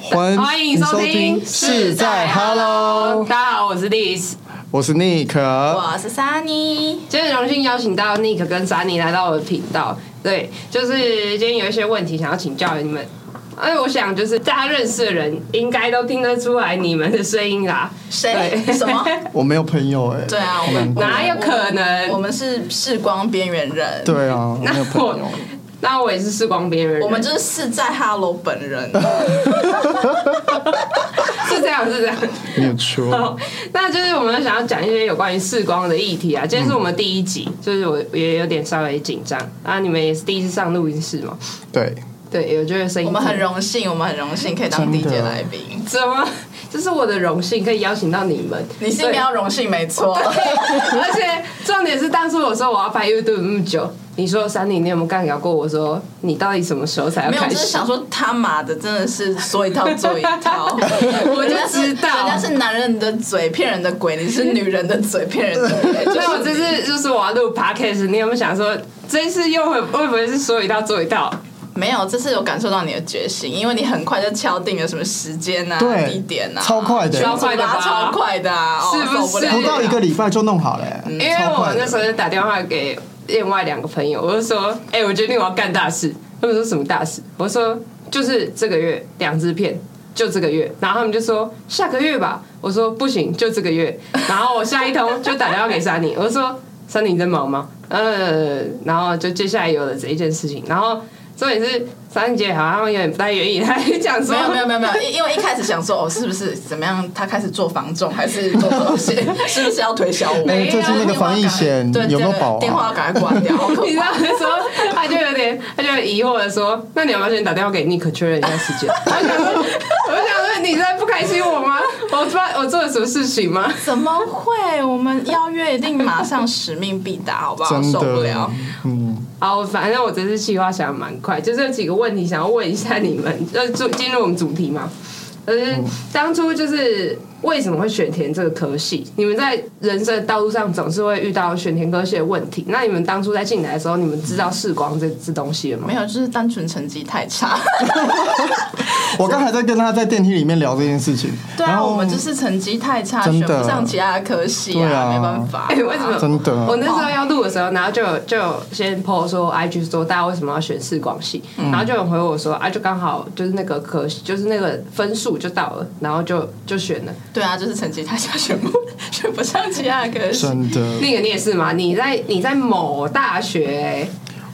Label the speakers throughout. Speaker 1: 欢
Speaker 2: 欢迎收听《
Speaker 1: 是在 Hello》，
Speaker 2: 大家好，我是 Liz。
Speaker 1: 我是 Nick。 啊
Speaker 3: 我是 Sunny，
Speaker 2: 今天荣幸邀请到 Nick 跟 Sunny 来到我的频道，对，就是今天有一些问题想要请教你们。哎，我想就是大家认识的人应该都听得出来你们的声音啦，
Speaker 3: 谁什 么？
Speaker 1: 我没有朋友哎、
Speaker 3: 对啊，我
Speaker 1: 好难
Speaker 3: 们
Speaker 1: 过
Speaker 2: 哪有可能
Speaker 3: 我们是视光边缘人，，
Speaker 1: 对啊，我没有朋友。
Speaker 2: 那我也是视光边缘人，
Speaker 3: 我们就是是在 Hello 本人，
Speaker 2: 是这样，是这样。
Speaker 1: 没有错，
Speaker 2: 好，那就是我们想要讲一些有关于视光的议题啊。今天是我们第一集，就是我也有点稍微紧张啊。你们也是第一次上录音室嘛？
Speaker 1: 对，
Speaker 2: 对，我觉得声音
Speaker 3: 我们很荣幸，我们很荣幸可以当
Speaker 1: 真的
Speaker 3: DJ 来宾，
Speaker 2: 怎么？ 这是我的荣幸，可以邀请到你们。
Speaker 3: 你是应该要荣幸，没错，
Speaker 2: 对 而且重点是，当初我说我要拍 YouTube 那么久，你说三林，你有没有干聊过？我说你到底什么时候才要
Speaker 3: 没有，
Speaker 2: 开
Speaker 3: 就是
Speaker 2: 始？
Speaker 3: 想说他妈的，真的是说一套做一 套，
Speaker 2: 我就知道
Speaker 3: 人家是男人的嘴骗人的鬼，你是女人的嘴骗人的 鬼，就
Speaker 2: 所以我
Speaker 3: 是
Speaker 2: 这次就是我要录 podcast，你有没有想说这次又会会不会是说一套做一套？
Speaker 3: 没有，这次有感受到你的决心，因为你很快就敲定了什么时间啊、
Speaker 1: 对
Speaker 3: 地点啊，
Speaker 1: 超快的
Speaker 2: 超快的吧
Speaker 3: 超快的啊，哦
Speaker 2: 是不是
Speaker 3: 受了
Speaker 1: 不 到一个礼拜就弄好了、
Speaker 3: 嗯
Speaker 1: 欸，
Speaker 2: 因为
Speaker 1: 超
Speaker 2: 我
Speaker 1: 快
Speaker 2: 那时候
Speaker 1: 的。
Speaker 2: 就打电话给另外两个朋友，我就说：“哎、我决定我要干大事。”他们说什么大事？我说：“就是这个月两支片，就这个月。”然后他们就说：“下个月吧。”我说：“不行，就这个月。”然后我下一通就打电话给珊妮，我说：“珊妮你在忙吗？”呃，然后就接下来有了这一件事情，然后重点是珊妮姐好像有点不太愿意，她就讲
Speaker 1: 哎
Speaker 2: 说：“
Speaker 3: 没有没有没有没有，因因为一开始想说哦，是不是怎么样？他开始做房仲还是做保险？是不是要推销我？
Speaker 1: 哎、最近那个防疫险
Speaker 3: 对，
Speaker 1: 有没有保、
Speaker 3: 电话
Speaker 1: 啊？
Speaker 3: 要赶快挂掉，好可
Speaker 2: 你知道
Speaker 3: 怕！
Speaker 2: 那时候他就有点，他就有点疑惑的说：“那你要不要先打电话给尼克确认一下时间？” 我想说，我想说，你在不开心我吗？我做我做了什么事情吗？
Speaker 3: 怎么会？我们邀约一定马上使命必达，好不好？
Speaker 1: 真
Speaker 3: 受不了
Speaker 1: 的。，嗯，
Speaker 2: 好，反正我这次计划想的蛮快，就是有几个问题想要问一下你们，就是进进入我们主题嘛。就是当初就是为什么会选填这个科系？你们在人生的道路上总是会遇到选填科系的问题。那你们当初在进来的时候，你们知道视光这这东西了吗？
Speaker 3: 没有，就是单纯成绩 太差。
Speaker 1: 我刚才在跟他在电梯里面聊这件事情，
Speaker 3: 对
Speaker 1: 然
Speaker 3: 啊，
Speaker 1: 后
Speaker 3: 我们就是成绩太差，
Speaker 1: 真
Speaker 3: 选
Speaker 1: 的
Speaker 3: 不上其他的科系
Speaker 1: 对啊
Speaker 3: 啊，没办法。
Speaker 2: 哎为什么
Speaker 1: 真的
Speaker 2: 我那时候要录的时候，然后就有就有先 po 说哎 IG 说大家为什么要选视广系，
Speaker 1: 嗯
Speaker 2: 然后就有人回我说啊，就刚好就是那个科系，就是那个分数就到了，然后就就选了。
Speaker 1: 嗯
Speaker 3: 对啊，就是成绩太差，选不选不上其他的科系。
Speaker 1: 真的，
Speaker 2: 那个你也是吗？你在你在某大学、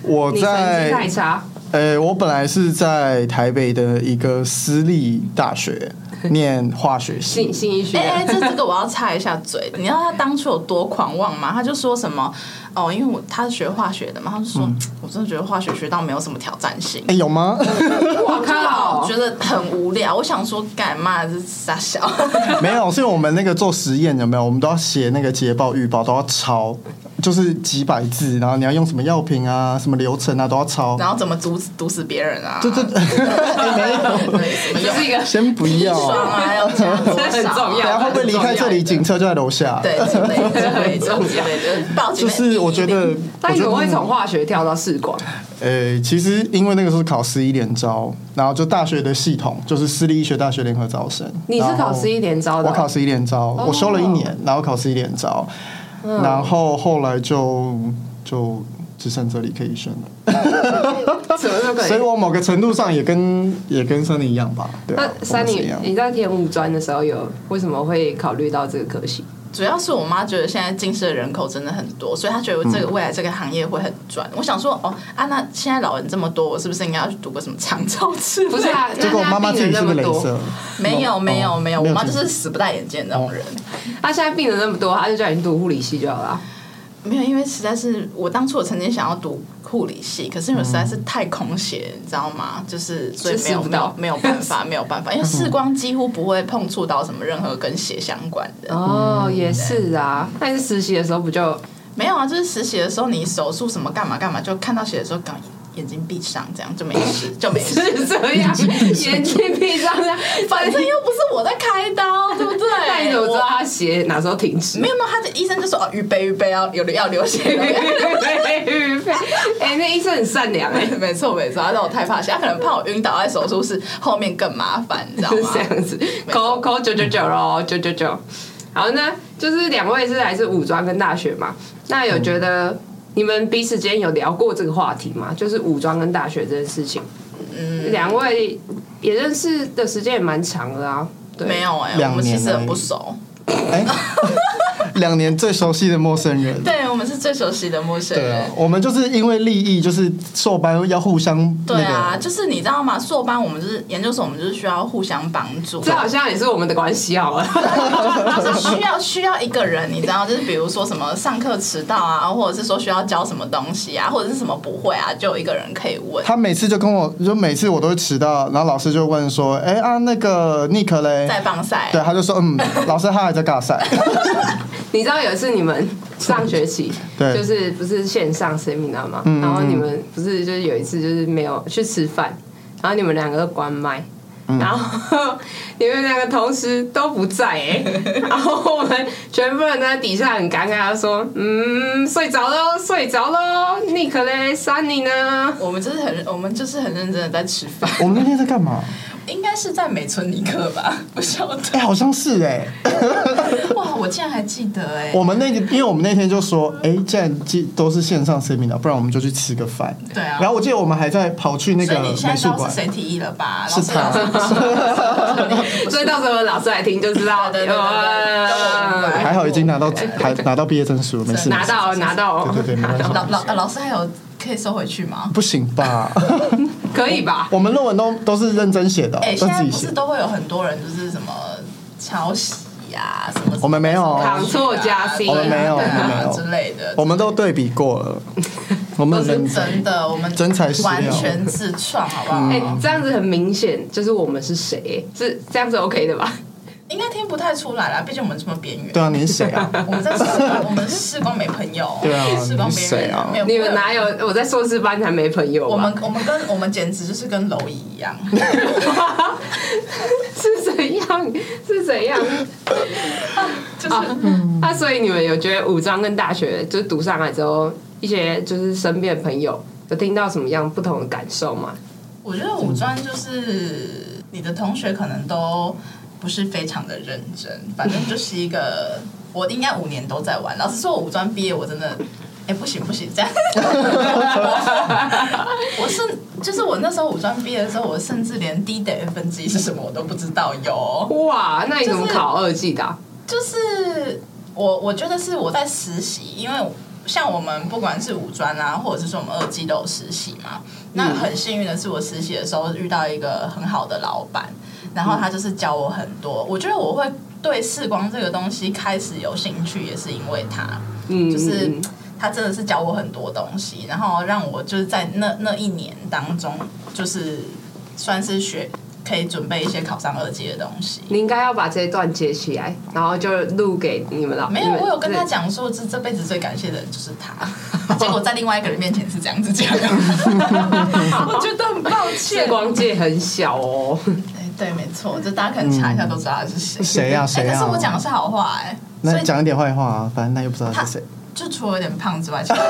Speaker 1: 我
Speaker 2: 你成绩太
Speaker 1: 在
Speaker 2: 差，
Speaker 1: 呃、我本来是在台北的一个私立大学念化学系，
Speaker 2: 信信医
Speaker 1: 啊
Speaker 2: 学。
Speaker 3: 哎、哎，这这个我要插一下嘴，你知道他当初有多狂妄吗？他就说什么哦，因为我他是学化学的嘛，他就说、
Speaker 1: 嗯
Speaker 3: 我真的觉得化学学到没有什么挑战性
Speaker 1: 哎、，有吗？
Speaker 2: 我
Speaker 1: 哎
Speaker 2: 靠！
Speaker 3: 觉得很无聊。我想说，干嘛这傻 笑？
Speaker 1: 没有，是因为我们那个做实验有没有？我们都要写那个捷报预报，都要抄，就是几百字，然后你要用什么药品啊、什么流程啊，都要抄。
Speaker 3: 然后怎么毒死毒死别人啊？
Speaker 1: 这这哎没有，
Speaker 3: 对， 什么
Speaker 2: 这
Speaker 3: 用
Speaker 2: 是一个
Speaker 1: 先不要，
Speaker 3: 爽啊？要加多
Speaker 2: 这很
Speaker 3: 少
Speaker 2: 重
Speaker 3: 啊？
Speaker 2: 要
Speaker 1: 等下会不会离开这里？警车就在楼下。
Speaker 3: 对，之类的之类的 之类的，报
Speaker 1: 就
Speaker 3: 警的
Speaker 1: 是我觉得，
Speaker 2: 那
Speaker 1: 我觉
Speaker 2: 你怎
Speaker 1: 得
Speaker 2: 么会从化学跳到视广？
Speaker 1: 呃，其实因为那个时候考十一连招，然后就大学的系统就是私立医学大学联合招生。
Speaker 2: 你是考十一连招的哦嗯
Speaker 1: 我考十一连招，我修了一年，然后考十一连招，然后后来就就只剩这里可以选了。
Speaker 2: 什么都可
Speaker 1: 所以
Speaker 2: 以。
Speaker 1: 我某个程度上也跟也跟森林一样吧，对啊
Speaker 2: 那，三
Speaker 1: 我们是一
Speaker 2: 你
Speaker 1: 样
Speaker 2: 你在填五专的时候有为什么会考虑到这个科系？
Speaker 3: 主要是我妈觉得现在近视的人口真的很多，所以她觉得这个未来这个行业会很赚。我想说，哦啊，那现在老人这么多，我是不是应该要去读个什么长照之类的
Speaker 2: 不 是啊，
Speaker 1: 结
Speaker 2: 那
Speaker 1: 果我妈妈
Speaker 2: 那
Speaker 1: 自
Speaker 2: 病人
Speaker 1: 己是不
Speaker 2: 那么
Speaker 1: 是镭
Speaker 2: 多，
Speaker 1: 射？
Speaker 3: 没有
Speaker 1: 哦
Speaker 3: 没有没有，我妈就
Speaker 1: 自己
Speaker 3: 是死不戴眼镜的那种人。
Speaker 2: 他现在病人那么多，他就叫你读护理系就好了。
Speaker 3: 没有，因为实在是我当初我曾经想要读护理系，可是因为我实在是太空血，你知道吗？就是所以没
Speaker 2: 就试
Speaker 3: 有
Speaker 2: 不
Speaker 3: 没有
Speaker 2: 到
Speaker 3: 没有办法，没有办法，因为视光几乎不会碰触到什么任何跟血相关的。
Speaker 2: 哦，也是啊。但是实习的时候不就
Speaker 3: 没有啊，就是实习的时候，你手术什么干嘛干嘛，就看到血的时候，赶快眼睛闭上，这样就没 事，就没事。
Speaker 2: 是这样，眼睛闭上这样，
Speaker 3: 反正又不是我在开刀，对不对？
Speaker 2: 那那你怎么知道他鞋哪时候停止？
Speaker 3: 没有没有，他的医生就说哦，预备预备，要有要流血了。
Speaker 2: 哎、那医生很善良哎、
Speaker 3: 没错没错，他让我太怕血，他可能怕我晕倒在手术室，后面更麻烦，你知道
Speaker 2: 就是
Speaker 3: 吗
Speaker 2: 这？样子，扣扣九九九喽，九九九。好，那就是两位是来自武装跟大学嘛，那有觉得你们彼此间有聊过这个话题吗？就是武装跟大学这件事情。嗯，两位也认识的时间也蛮长的啊。对，
Speaker 3: 没有哎、
Speaker 1: 两
Speaker 3: 我们其实
Speaker 1: 年而已
Speaker 3: 很不熟。
Speaker 1: 哎， 两年最熟悉的陌生人。
Speaker 3: 对，我们是最熟悉的陌生
Speaker 1: 对
Speaker 3: 人
Speaker 1: 啊。，我们就是因为利益，就是硕班要互相那
Speaker 3: 对啊，
Speaker 1: 个，
Speaker 3: 就是你知道吗？硕班我们就是研究所，我们就是需要互相帮助，
Speaker 2: 这好像也是我们的关系好了。
Speaker 3: 就是需要需要一个人，你知道，就是比如说什么上课迟到啊，或者是说需要教什么东西啊，或者是什么不会啊，就有一个人可以问。
Speaker 1: 他每次就跟我，就每次我都会迟到，然后老师就问说：“哎啊，那个 Nick 嘞
Speaker 3: 在？”棒赛，
Speaker 1: 对，他就说：“嗯，老师他还在尬赛。
Speaker 2: 你知道有一次你们上学期
Speaker 1: 对
Speaker 2: 就是不是线上 seminar 嘛，
Speaker 1: 嗯
Speaker 2: 然后你们不是就是有一次就是没有去吃饭，然后你们两个都关麦。然后你们两个同时都不在哎、然后我们全部人在底下很尴尬，说：“嗯，睡着喽，睡着喽。”Nick 嘞，Sunny 呢？
Speaker 3: 我们就是很我们就是很认真的在吃饭，”
Speaker 1: 我们那天在干嘛？
Speaker 3: 应该是在美村尼克吧？不晓得
Speaker 1: 哎，好像是哎、
Speaker 3: 哇，我竟然还记得哎、
Speaker 1: 我们那个，因为我们那天就说：“哎，既然既都是线上 seminar，不然我们就去吃个饭。”
Speaker 3: 对啊
Speaker 1: 然后我记得我们还在跑去那
Speaker 3: 所
Speaker 1: 个
Speaker 3: 以你现在
Speaker 1: 美
Speaker 3: 知
Speaker 1: 术
Speaker 3: 道
Speaker 1: 馆
Speaker 3: 是。谁提议了吧？
Speaker 1: 是他
Speaker 3: 老师老师
Speaker 2: 所以到时候老师来听就知道，
Speaker 3: 对对对对对对对
Speaker 1: 还好已经拿到还拿到毕业证书，没事。
Speaker 3: 是
Speaker 2: 拿到了拿到了，
Speaker 1: 对对对没关系
Speaker 2: 拿到了
Speaker 3: 老老老师还有可以收回去吗？
Speaker 1: 不行 吧？
Speaker 2: 可以吧？
Speaker 1: 我们论文都都是认真写的哦，
Speaker 3: 哎、
Speaker 1: 都
Speaker 3: 现在
Speaker 1: 自己
Speaker 3: 不
Speaker 1: 写
Speaker 3: 是。都会有很多人就是什么抄袭呀、什么
Speaker 1: 我们没有
Speaker 2: 扛错加薪
Speaker 1: 我们没有
Speaker 3: 对啊
Speaker 1: 我们没有
Speaker 3: 之类的。
Speaker 1: 我们都对比过了，我们
Speaker 3: 都
Speaker 1: 认
Speaker 3: 是真的，我们
Speaker 1: 真材实料嗯
Speaker 3: 完全自创，好不好？
Speaker 2: 哎、这样子很明显，就是我们是谁、是这样子 OK 的吧？
Speaker 3: 应该听不太出来啦，毕竟我们这么边缘。
Speaker 1: 对啊，你是谁 啊？
Speaker 3: 我们在世光，我们是世光没朋友，
Speaker 1: 对啊
Speaker 3: 世光没
Speaker 1: 谁
Speaker 3: 人
Speaker 1: 啊
Speaker 3: 哎没有
Speaker 2: 你们哪有？我在硕士班才没朋友吧
Speaker 3: 我们我们跟我们简直就是跟蝼蚁一样，
Speaker 2: 是怎样？是怎样？
Speaker 3: 就是
Speaker 2: 那、所以你们有觉得武装跟大学就是读上来之后，一些就是身边的朋友有听到什么样不同的感受吗？
Speaker 3: 我觉得五专就是你的同学可能都不是非常的认真，反正就是一个我应该五年都在玩。老实说，我五专毕业我真的。哎、不行不行，这样，我是就是我那时候五专毕业的时候，我甚至连 D 等于 F 之一是什么我都不知道哟。
Speaker 2: 哇，那你怎么考二技的啊、
Speaker 3: 就是我我觉得是我在实习，因为像我们不管是五专啊，或者是说我们二技都有实习
Speaker 2: 嗯
Speaker 3: 嘛。那很幸运的是，我实习的时候遇到一个很好的老板，然后他就是教我很多。我觉得我会对视光这个东西开始有兴趣，也是因为他。
Speaker 2: 嗯，
Speaker 3: 就是
Speaker 2: 嗯嗯
Speaker 3: 他真的是教我很多东西，然后让我就是在那那一年当中，就是算是学可以准备一些考上二级的东西。
Speaker 2: 你应该要把这一段接起来，然后就录给你们老
Speaker 3: 没有，
Speaker 2: 你们
Speaker 3: 我有跟他讲说，这这辈子最感谢的人就是他。 结果在另外一个人面前是这样子讲， 我觉得很抱
Speaker 2: 视
Speaker 3: 歉。
Speaker 2: 光界很小哦，
Speaker 3: 哎对，没错，就大家可能查一下都知道他是谁。
Speaker 1: 嗯 谁啊谁啊
Speaker 3: 哎可是我讲的是好话哎、
Speaker 1: 那
Speaker 3: 所以
Speaker 1: 讲一点坏话啊，反正那又不知道是谁，
Speaker 3: 就除了有点胖之 外，其实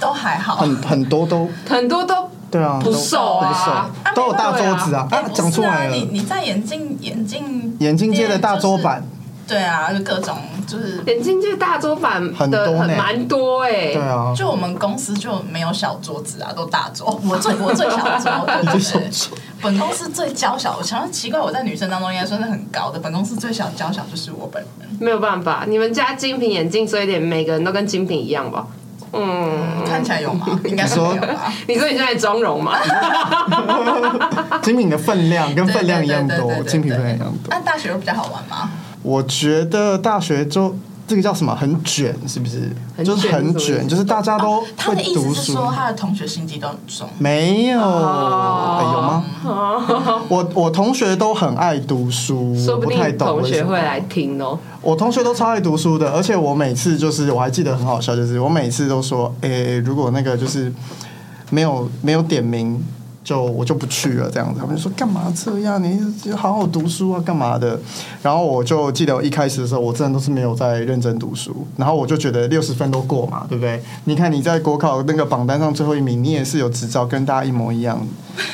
Speaker 3: 都还好。
Speaker 1: 很很多都
Speaker 2: 很多都
Speaker 1: 对啊，
Speaker 2: 不
Speaker 1: 都
Speaker 2: 瘦啊
Speaker 1: 不瘦，都有大桌子啊，
Speaker 3: 哎
Speaker 1: 啊
Speaker 3: 不是
Speaker 1: 讲出来
Speaker 3: 啊、你
Speaker 1: 了，
Speaker 3: 你在眼镜眼镜
Speaker 1: 眼镜界的大桌板，
Speaker 3: 就是对啊，就各种就是，
Speaker 2: 眼镜界大桌板
Speaker 1: 很多
Speaker 2: 的
Speaker 1: 呢
Speaker 2: 很蛮多哎、
Speaker 1: 对啊，
Speaker 3: 就我们公司就没有小桌子啊，都大桌。我最我最小 桌，对
Speaker 1: 你
Speaker 3: 对
Speaker 1: 手
Speaker 3: 对。本公司最娇小，我想说奇怪，我在女生当中应该算是很高的，本公司最小娇小就是我本人，
Speaker 2: 没有办法，你们家精品眼镜，所以连每个人都跟精品一样吧？嗯，
Speaker 3: 看起来有 吗？应该是没有吧。
Speaker 2: 你说你现在妆容吗？
Speaker 1: 啊 精品的分量跟分量一样
Speaker 3: 对对对
Speaker 1: 多
Speaker 3: 对，对
Speaker 1: 精品分量一样多。
Speaker 3: 那大学有比较好玩吗？
Speaker 1: 我觉得大学就这个叫什么，很卷，是不是？
Speaker 2: 很卷
Speaker 1: 就是很
Speaker 2: 是什么意
Speaker 1: 卷，
Speaker 2: 思
Speaker 1: 就是大家都
Speaker 3: 他
Speaker 1: 会
Speaker 3: 的意
Speaker 1: 读
Speaker 3: 思是
Speaker 1: 书。
Speaker 3: 说他的同学心机都很重，
Speaker 1: 没有，哎有吗？
Speaker 2: 哦，
Speaker 1: 我 我同学都很爱读书，
Speaker 2: 说不
Speaker 1: 我
Speaker 2: 定
Speaker 1: 太
Speaker 2: 你
Speaker 1: 懂
Speaker 2: 同
Speaker 1: 为什
Speaker 2: 学
Speaker 1: 么
Speaker 2: 会来听哦。
Speaker 1: 我同学都超爱读书的，而且我每次就是我还记得很好笑，就是我每次都说，诶、如果那个就是没有没有点名就我就不去了这样子。他们就说干嘛这样？你好好读书啊，干嘛的？然后我就记得我一开始的时候，我真的都是没有在认真读书，然后我就觉得六十分都过嘛，对不对？你看你在国考那个榜单上最后一名，你也是有执照，跟大家一模一样。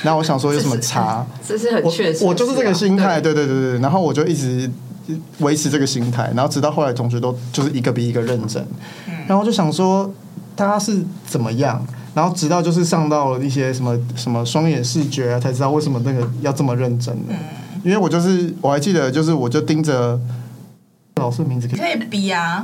Speaker 1: 然后我想说有什么差？
Speaker 2: 这是很
Speaker 1: 我
Speaker 2: 确实、
Speaker 1: 我就是这个心态，。对对对对。然后我就一直维持这个心态，然后直到后来同学都就是一个比一个认真，
Speaker 3: 嗯
Speaker 1: 然后我就想说大家是怎么样，然后直到就是上到了一些什么什么双眼视觉啊，才知道为什么那个要这么认真
Speaker 3: 嗯
Speaker 1: 的。因为我就是我还记得，就是我就盯着老师的名字可
Speaker 3: 你
Speaker 1: 以
Speaker 3: 可以逼 啊，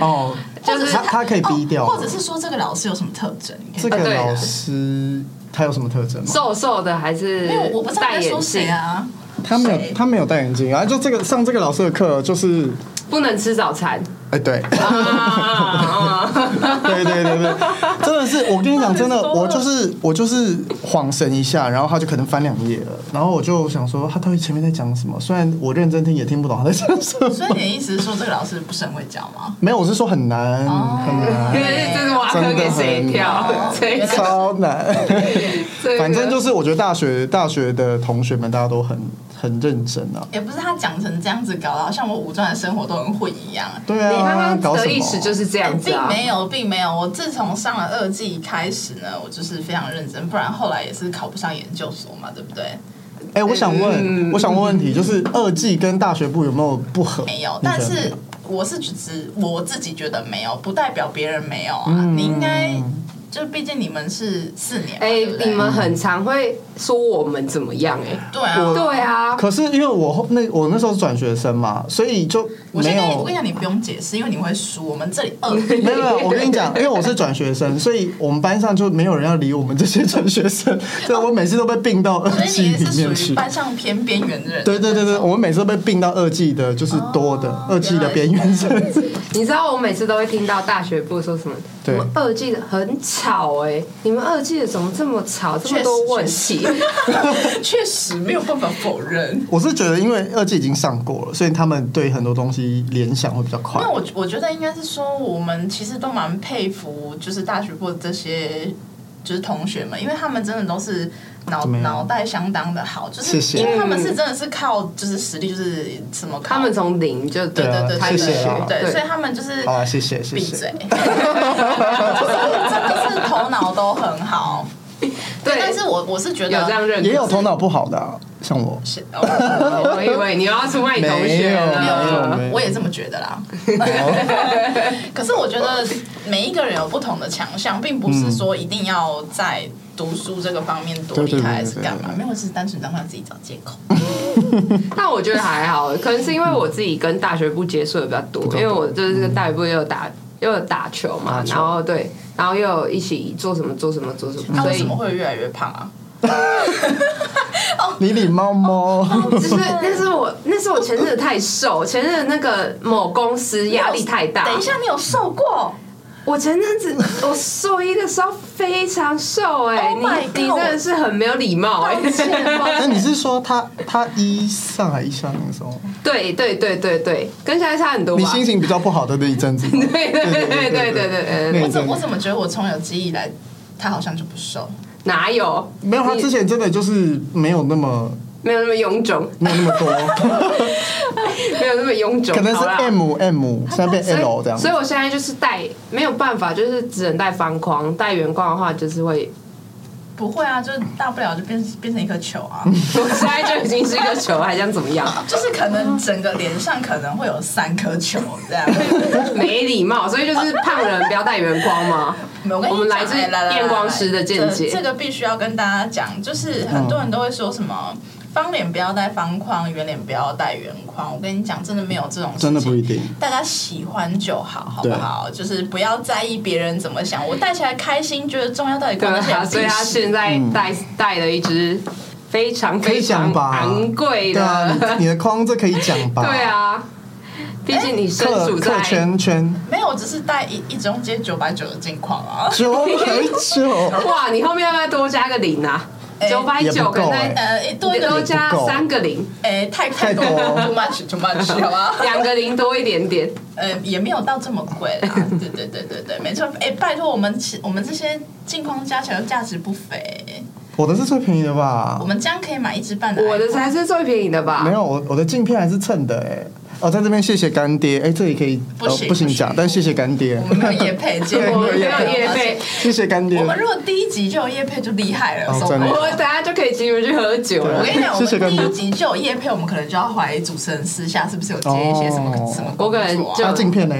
Speaker 1: 哦，
Speaker 2: 就是
Speaker 1: 他他可以逼掉
Speaker 3: 哦
Speaker 1: 吗，
Speaker 3: 或者是说这个老师有什么特征？
Speaker 1: 这
Speaker 2: 啊
Speaker 1: 个
Speaker 2: 对
Speaker 1: 老师他有什么特征吗？
Speaker 2: 瘦瘦的还是
Speaker 3: 因为我不知道
Speaker 2: 戴
Speaker 3: 你在
Speaker 2: 眼
Speaker 3: 说谁
Speaker 2: 镜，
Speaker 3: 啊，
Speaker 1: 他没有
Speaker 3: 谁
Speaker 1: 他没有戴眼镜，然后就这个上这个老师的课就是
Speaker 2: 不能吃早 餐。
Speaker 1: 哎对。
Speaker 2: 啊啊！
Speaker 1: 对对对对，真的是，我跟你讲，真的，
Speaker 3: 到底
Speaker 1: 我
Speaker 3: 说了
Speaker 1: 就是我就是晃神一下，然后他就可能翻两页了，然后我就想说他到底前面在讲什么？虽然我认真听也听不懂他在讲什么。
Speaker 3: 所以你的意思是说这个老师不是很会教吗？
Speaker 1: 没有，我是说很难，
Speaker 3: 哦
Speaker 1: 很
Speaker 2: 因
Speaker 1: 难，
Speaker 2: 为 这是挖坑给谁跳
Speaker 3: 真 的？很
Speaker 2: 这个
Speaker 1: 超难。
Speaker 2: 这个
Speaker 1: 反正就是我觉得大学大学的同学们大家都很很认真啊。
Speaker 3: 也不是他讲成这样子搞，然后像我武专的生活都很混一样。
Speaker 1: 对
Speaker 2: 你刚
Speaker 1: 啊，
Speaker 2: 刚
Speaker 1: 搞什
Speaker 2: 的
Speaker 1: 么？
Speaker 2: 意思就是这样子
Speaker 3: 并
Speaker 2: 啊？
Speaker 3: 没有，并没有。我自从上了二季开始呢，我就是非常认真，不然后来也是考不上研究所嘛，对不对？
Speaker 1: 哎、我想问，
Speaker 2: 嗯
Speaker 1: 我想问问题，就是二季跟大学部有没有不合？
Speaker 3: 没有，
Speaker 1: 你觉
Speaker 3: 但
Speaker 1: 得
Speaker 3: 是我是只我自己觉得没有，不代表别人没有啊。
Speaker 1: 嗯
Speaker 3: 你应该就毕竟你们是四年嘛，
Speaker 2: 哎
Speaker 3: 对不，对
Speaker 2: 你们很常会说我们怎么样？哎，
Speaker 3: 对啊，
Speaker 1: 我
Speaker 2: 对啊，
Speaker 1: 可是因为我后那我那时候是转学生嘛，所以就
Speaker 3: 我先
Speaker 1: 没
Speaker 3: 跟你，
Speaker 1: 有
Speaker 3: 我跟你讲，你不用解释，因为你会输。我们这里二，
Speaker 1: 没有，没有，我跟你讲，因为我是转学生，所以我们班上就没有人要理我们这些转学生，所以 我每次都被并到二
Speaker 3: 所以
Speaker 1: 季
Speaker 3: 你
Speaker 1: 里
Speaker 3: 是
Speaker 1: 面
Speaker 3: 属于
Speaker 1: 去。
Speaker 3: 班上偏边缘的人。
Speaker 1: 对对对对，我们每次都被并到二季的，就是多的、二季的边缘生。
Speaker 2: 你知道我每次都会听到大学部说什么？
Speaker 1: 对
Speaker 2: 我们二季的很吵哎、你们二季的怎么这么吵，这么多问题？
Speaker 3: 确实没有办法否认。
Speaker 1: 我是觉得，因为二季已经上过了，所以他们对很多东西联想会比较快
Speaker 3: 因为。我我觉得应该是说，我们其实都蛮佩服，就是大学部的这些就是同学们，因为他们真的都是脑
Speaker 1: 怎么样
Speaker 3: 脑袋相当的好，就
Speaker 1: 谢谢
Speaker 3: 是因为他们是真的是靠就是实力，就是什么靠
Speaker 2: 嗯他们从零就对
Speaker 1: 对
Speaker 3: 对
Speaker 1: 啊
Speaker 3: 对
Speaker 1: 谢
Speaker 3: 对
Speaker 1: 谢啊
Speaker 3: 对
Speaker 2: 对
Speaker 3: 对，所以他们就是
Speaker 1: 好了，谢谢谢
Speaker 3: 闭
Speaker 1: 谢
Speaker 3: 嘴，。 真的是头脑都很好，
Speaker 2: 对，
Speaker 3: 但是我我是觉
Speaker 2: 有
Speaker 3: 得
Speaker 2: 这样认
Speaker 1: 也
Speaker 2: 知
Speaker 1: 有头脑不好的啊、像我。
Speaker 3: 是哦
Speaker 2: 我以为你要出卖你同学
Speaker 1: 没有没有
Speaker 2: 了。
Speaker 3: 我也这么觉得啦。
Speaker 1: 哦
Speaker 3: 可是我觉得每一个人有不同的强项，并不是说一定要在读书这个方面多厉害还是干嘛
Speaker 1: 对对对对对，
Speaker 3: 没有是单纯当他自己找借口。
Speaker 2: 但我觉得还好，可能是因为我自己跟大学部接触的比较多，因为我就是跟大学部也有打又有打球嘛
Speaker 1: 打，球
Speaker 2: 然后对，然后又有一起做什么做什么做什
Speaker 1: 嗯
Speaker 2: 么，
Speaker 3: 他
Speaker 2: 所
Speaker 3: 为什
Speaker 2: 以
Speaker 3: 么会越来越胖啊？
Speaker 1: 你礼貌吗？
Speaker 2: 就是那是我那是我前阵子太瘦，前阵子那个某公司压力太大，
Speaker 3: 等一下，你有瘦过？
Speaker 2: 我前阵子我瘦一的时候非常瘦哎、
Speaker 3: Oh my
Speaker 2: 你你
Speaker 3: God
Speaker 2: 真的是很没有礼貌哎、
Speaker 3: 抱歉，抱
Speaker 1: 那
Speaker 3: 歉
Speaker 1: 你是说他他一上还一下那个时候，
Speaker 2: 对对对对对，跟现在差很多
Speaker 1: 你
Speaker 2: 吧？
Speaker 1: 心情比较不好的那一阵子吗？
Speaker 2: 对对对对嗯对对对对，
Speaker 1: 那
Speaker 3: 我
Speaker 1: 一阵
Speaker 3: 怎
Speaker 1: 子
Speaker 3: 我怎么觉得我从有记忆以来，他好像就不瘦？
Speaker 2: 哪有
Speaker 1: 没有，他之前真的就是没有那 么
Speaker 2: 没有那么臃肿，
Speaker 1: 没有那么多，
Speaker 2: 没有那么臃肿，
Speaker 1: 可能是
Speaker 2: 好啦
Speaker 1: M M，现在变 L 这样
Speaker 2: 所。以我现在就是戴没有办法，就是只能戴方框，戴圆框的话就是会，
Speaker 3: 不会啊，就是大不了就变变成一颗球啊，
Speaker 2: 我现在就已经是一个球，还想怎么样？
Speaker 3: 就是可能整个脸上可能会有三颗球这样。
Speaker 2: 没礼貌，所以就是胖人不要戴圆框嘛。
Speaker 3: 我跟
Speaker 2: 我们
Speaker 3: 你
Speaker 2: 来
Speaker 3: 讲，
Speaker 2: 自
Speaker 3: 哎来来
Speaker 2: 验光师的见解
Speaker 3: 这这个必须要跟大家讲，就是很多人都会说什么。方脸不要带方框，圆脸不要带圆框。我跟你讲，真的没有这种事情，
Speaker 1: 真的不一定。
Speaker 3: 大家喜欢就好，好不好？就是不要在意别人怎么想，我戴起来开心，觉得重要，到底
Speaker 2: 对
Speaker 3: 关
Speaker 2: 啊，所以他
Speaker 3: 是
Speaker 2: 现在带带了一只非常
Speaker 1: 可以
Speaker 2: 非
Speaker 1: 讲
Speaker 2: 常
Speaker 1: 吧
Speaker 2: 昂贵
Speaker 1: 对啊，
Speaker 2: 的，
Speaker 1: 你你的框这可以讲 吧？
Speaker 2: 对，啊，毕竟你身
Speaker 1: 客
Speaker 2: 处在
Speaker 1: 客哎圈圈
Speaker 3: 没有，我只是戴一一中街九百九的镜框啊。
Speaker 1: 九百九，
Speaker 2: 哇，你后面要不要多加个零啊？
Speaker 3: 哎
Speaker 2: 九百
Speaker 1: 也不
Speaker 2: 九
Speaker 1: 够
Speaker 2: 跟
Speaker 1: 哎
Speaker 2: 那
Speaker 3: 呃，多一
Speaker 2: 多
Speaker 3: 个，
Speaker 2: 加三个零，
Speaker 3: 哎，太
Speaker 1: 太多了
Speaker 3: too much too much，好 啊吧？
Speaker 2: 两个零多一点点。
Speaker 3: 呃，也没有到这么贵啦。 对对对对对，没错。哎、拜托我们其，我们这些镜框加起来价值不菲。
Speaker 1: 我的是最便宜的吧
Speaker 3: 我？们这样可以买一支半的 iPhone。
Speaker 2: 我的才是最便宜的吧？
Speaker 1: 没有，我我的镜片还是蹭的哎、哦，在这边谢谢干爹，哎、这里可以
Speaker 3: 不
Speaker 1: 呃、不
Speaker 3: 行
Speaker 1: 行
Speaker 3: 不行
Speaker 1: 讲，但谢谢干爹
Speaker 3: 我，们没有夜配，结果
Speaker 2: 我们没有业
Speaker 3: 业
Speaker 2: 费。，
Speaker 1: 谢谢干爹
Speaker 3: 我。们如果第一集就有夜配，就厉害
Speaker 1: 哦
Speaker 3: 了，受不
Speaker 1: 真
Speaker 3: 了
Speaker 1: 的
Speaker 2: 我等下就可以请你们去喝酒
Speaker 1: 对
Speaker 3: 我
Speaker 2: 了。
Speaker 3: 跟你讲，我
Speaker 1: 谢谢干
Speaker 3: 们
Speaker 1: 爹
Speaker 3: 第一集就有夜配，我们可能就要怀疑主持人私下是不是有接一些什么、
Speaker 1: 哦
Speaker 3: 什么工作啊
Speaker 2: 我可能就
Speaker 1: 那镜片呢？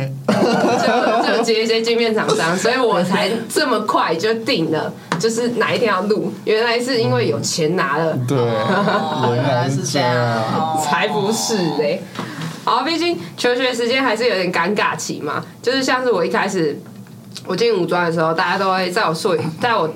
Speaker 2: 就就接一些镜片厂商，所以我才这么快就定了，就是哪一天要录。原来是因为有钱拿了，
Speaker 1: 对，
Speaker 3: 哦原来是这样，哦
Speaker 2: 才不是嘞、好，毕竟求学时间还是有点尴尬期嘛，就是像是我一开始我进五专的时候，大家都会在我硕在我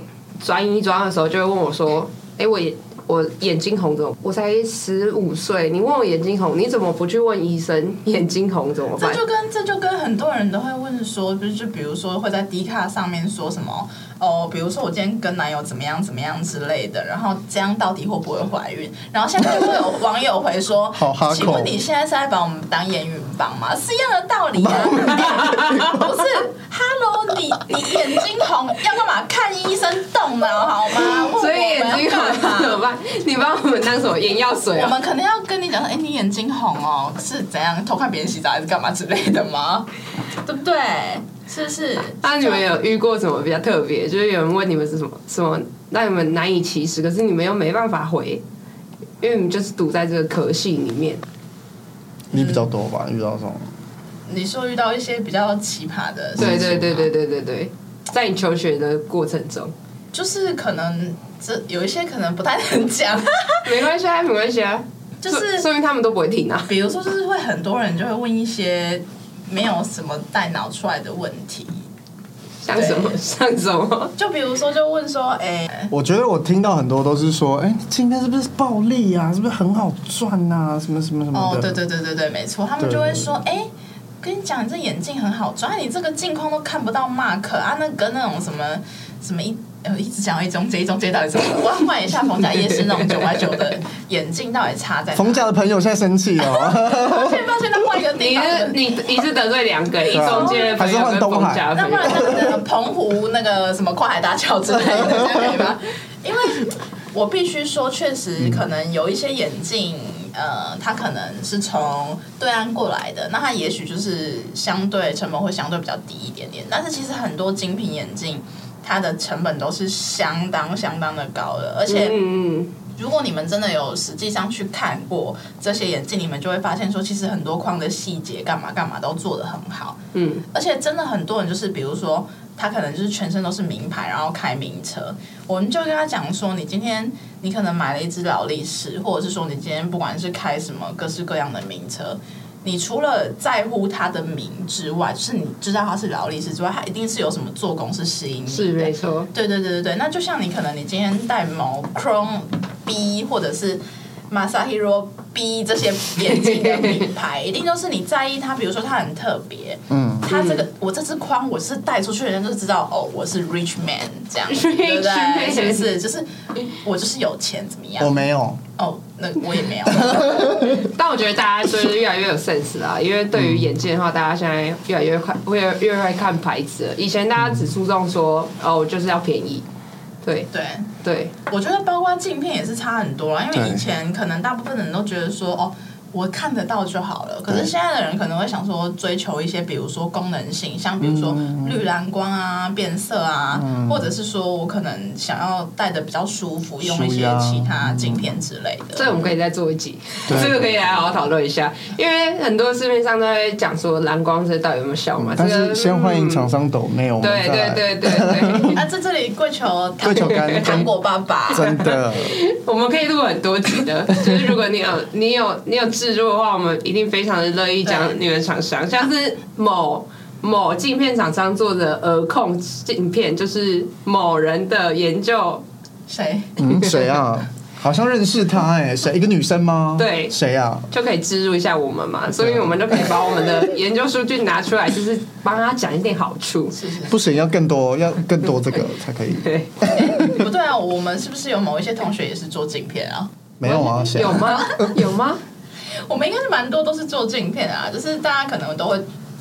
Speaker 2: 专一专的时候就会问我说：“哎、我眼我眼睛红怎么？我才十五岁，你问我眼睛红，你怎么不去问医生眼睛红怎么办
Speaker 3: 这就跟这就跟很多人都会问说，就是就比如说会在 D 卡上面说什么哦，比如说我今天跟男友怎么样怎么样之类的，然后这样到底会不会怀孕？然后下面就会有网友回说
Speaker 1: 好哈，口
Speaker 3: 请问你现在是在把我们当验孕棒吗？是一样的道理啊， 不是？Hello，你你眼睛红要干嘛？看医生动脑好吗？问
Speaker 2: 所以
Speaker 3: 我
Speaker 2: 眼
Speaker 3: 们
Speaker 2: 睛
Speaker 3: 要
Speaker 2: 红
Speaker 3: 干嘛
Speaker 2: 怎么办？你帮我们当什么眼药水
Speaker 3: 我
Speaker 2: 啊？
Speaker 3: 们可能要跟你讲说，哎、你眼睛红哦，是怎样偷看别人洗澡还是干嘛之类的吗？ 对不对？是不是？
Speaker 2: 那啊你们有遇过什么比较特别？就是有人问你们是什么什么，让你们难以启齿，可是你们又没办法回，因为你们就是堵在这个壳系里面。
Speaker 1: 你比较多吧？遇到这种，
Speaker 3: 你说遇到一些比较奇葩的，
Speaker 2: 对对对对，对对对，在你求学的过程中，
Speaker 3: 就是可能这有一些可能不太能讲，
Speaker 2: 没关系啊，没关系啊，
Speaker 3: 就
Speaker 2: 说
Speaker 3: 是
Speaker 2: 说明他们都不会听啊。
Speaker 3: 比如说就是会很多人就会问一些没有什么带脑出来的问题，
Speaker 2: 像什么
Speaker 3: 对
Speaker 2: 像什么，
Speaker 3: 就比如说就问说，哎、
Speaker 1: 我觉得我听到很多都是说，哎、今天是不是暴利啊？是不是很好赚啊？什么什么什么的。
Speaker 3: 哦，对对对对对，没错，他们就会说，哎、跟你讲，你这眼镜很好抓，哎你这个镜框都看不到 mark 啊，那跟那种什么什么一。呃，一直讲到一中街一中街到底怎么了？我要换一下逢甲夜市那种九百九的眼镜，到底差在哪？
Speaker 1: 冯甲的朋友现在生气 哦，
Speaker 3: 抱歉抱歉，那换一个地
Speaker 2: 你
Speaker 3: 方。
Speaker 2: 是你你是得罪两个，一中间的朋友跟公家的
Speaker 3: 那
Speaker 2: 朋
Speaker 3: 不
Speaker 2: 友
Speaker 3: 然。那个澎湖那个什么跨海大桥之类的，这样可以吗？因为我必须说，确实可能有一些眼镜，呃，它可能是从对岸过来的，那它也许就是相对成本会相对比较低一点点，但是其实很多精品眼镜。它的成本都是相当相当的高的，而且
Speaker 2: 嗯嗯，
Speaker 3: 如果你们真的有实际上去看过这些眼镜，你们就会发现说，其实很多框的细节干嘛干嘛都做得很好。
Speaker 2: 嗯，
Speaker 3: 而且真的很多人就是，比如说他可能就是全身都是名牌，然后开名车，我们就跟他讲说，你今天你可能买了一只劳力士，或者是说你今天不管是开什么各式各样的名车。你除了在乎它的名之外，就是你知道它是劳力士之外，它一定是有什么做工是吸引你的。
Speaker 2: 是没错，
Speaker 3: 对对对对对，那就像你可能你今天戴某 Chrome B 或者是 Masahiro B 这些眼镜的 品牌，一定都是你在意它，比如说它很特别，
Speaker 1: 嗯，
Speaker 3: 它这个我这支框我是戴出去，人家就知道哦，我是 rich man 这 样，
Speaker 2: Rich
Speaker 3: 对不
Speaker 2: man
Speaker 3: 对？是不是？就是嗯我就是有钱，怎么
Speaker 1: 我
Speaker 3: 样？
Speaker 1: 没有，
Speaker 3: 哦，那我也 没有。
Speaker 2: 但我觉得大家就是越来越有 sense 啦，因为
Speaker 1: 嗯
Speaker 2: 对于眼镜的话，大家现在越来越看，会越来越会看牌子了。以前大家只注重说，哦，我就是要便宜，对
Speaker 3: 对，
Speaker 2: 对，
Speaker 3: 我觉得包括镜片也是差很多啦，因为
Speaker 1: 对
Speaker 3: 以前可能大部分人都觉得说哦。我看得到就好了，可是
Speaker 1: 对
Speaker 3: 现在的人可能会想说追求一些，比如说功能性，像比如
Speaker 1: 嗯
Speaker 3: 说绿蓝光啊、变色啊，或者是说我可能想要戴的比较舒服，用一
Speaker 1: 舒
Speaker 3: 些
Speaker 1: 压
Speaker 3: 其他镜片之类的。
Speaker 2: 这个我们可以再做一集，
Speaker 1: 对
Speaker 2: 这个可以来好好讨论一下，因为很多市面上都在讲说蓝光这到底有没有效嘛？这
Speaker 1: 但
Speaker 2: 个嗯
Speaker 1: 是先欢迎厂商抖内，我们
Speaker 2: 对
Speaker 1: 再来
Speaker 2: 对对对对，
Speaker 3: 啊，在这里跪求
Speaker 1: 跪
Speaker 3: 糖
Speaker 1: 求干
Speaker 3: 糖果爸爸，
Speaker 1: 真的，
Speaker 2: 我们可以录很多集 的，就是如果你有你有你有制作的话，我们一定非常的乐意讲你们厂商，像是某。某镜片厂商做的耳控镜片，就是某人的研究，
Speaker 3: 谁？
Speaker 1: 嗯，谁啊？好像认识他哎、谁？一个女生吗？
Speaker 2: 对
Speaker 1: 谁啊？
Speaker 2: 就可以植入一下我们嘛，所以我们就可以把我们的研究数据拿出来，就是帮他讲一点好 处。
Speaker 3: 是是
Speaker 1: 不行，要更多，要更多这个才可以。
Speaker 2: 对，
Speaker 3: 是，不对啊，我们是不是有某一些同学也是做镜片啊？
Speaker 1: 没有啊，谁啊
Speaker 2: 有？吗？有吗？
Speaker 3: 我们应该是蛮多都是做镜片啊，就是大家可能都会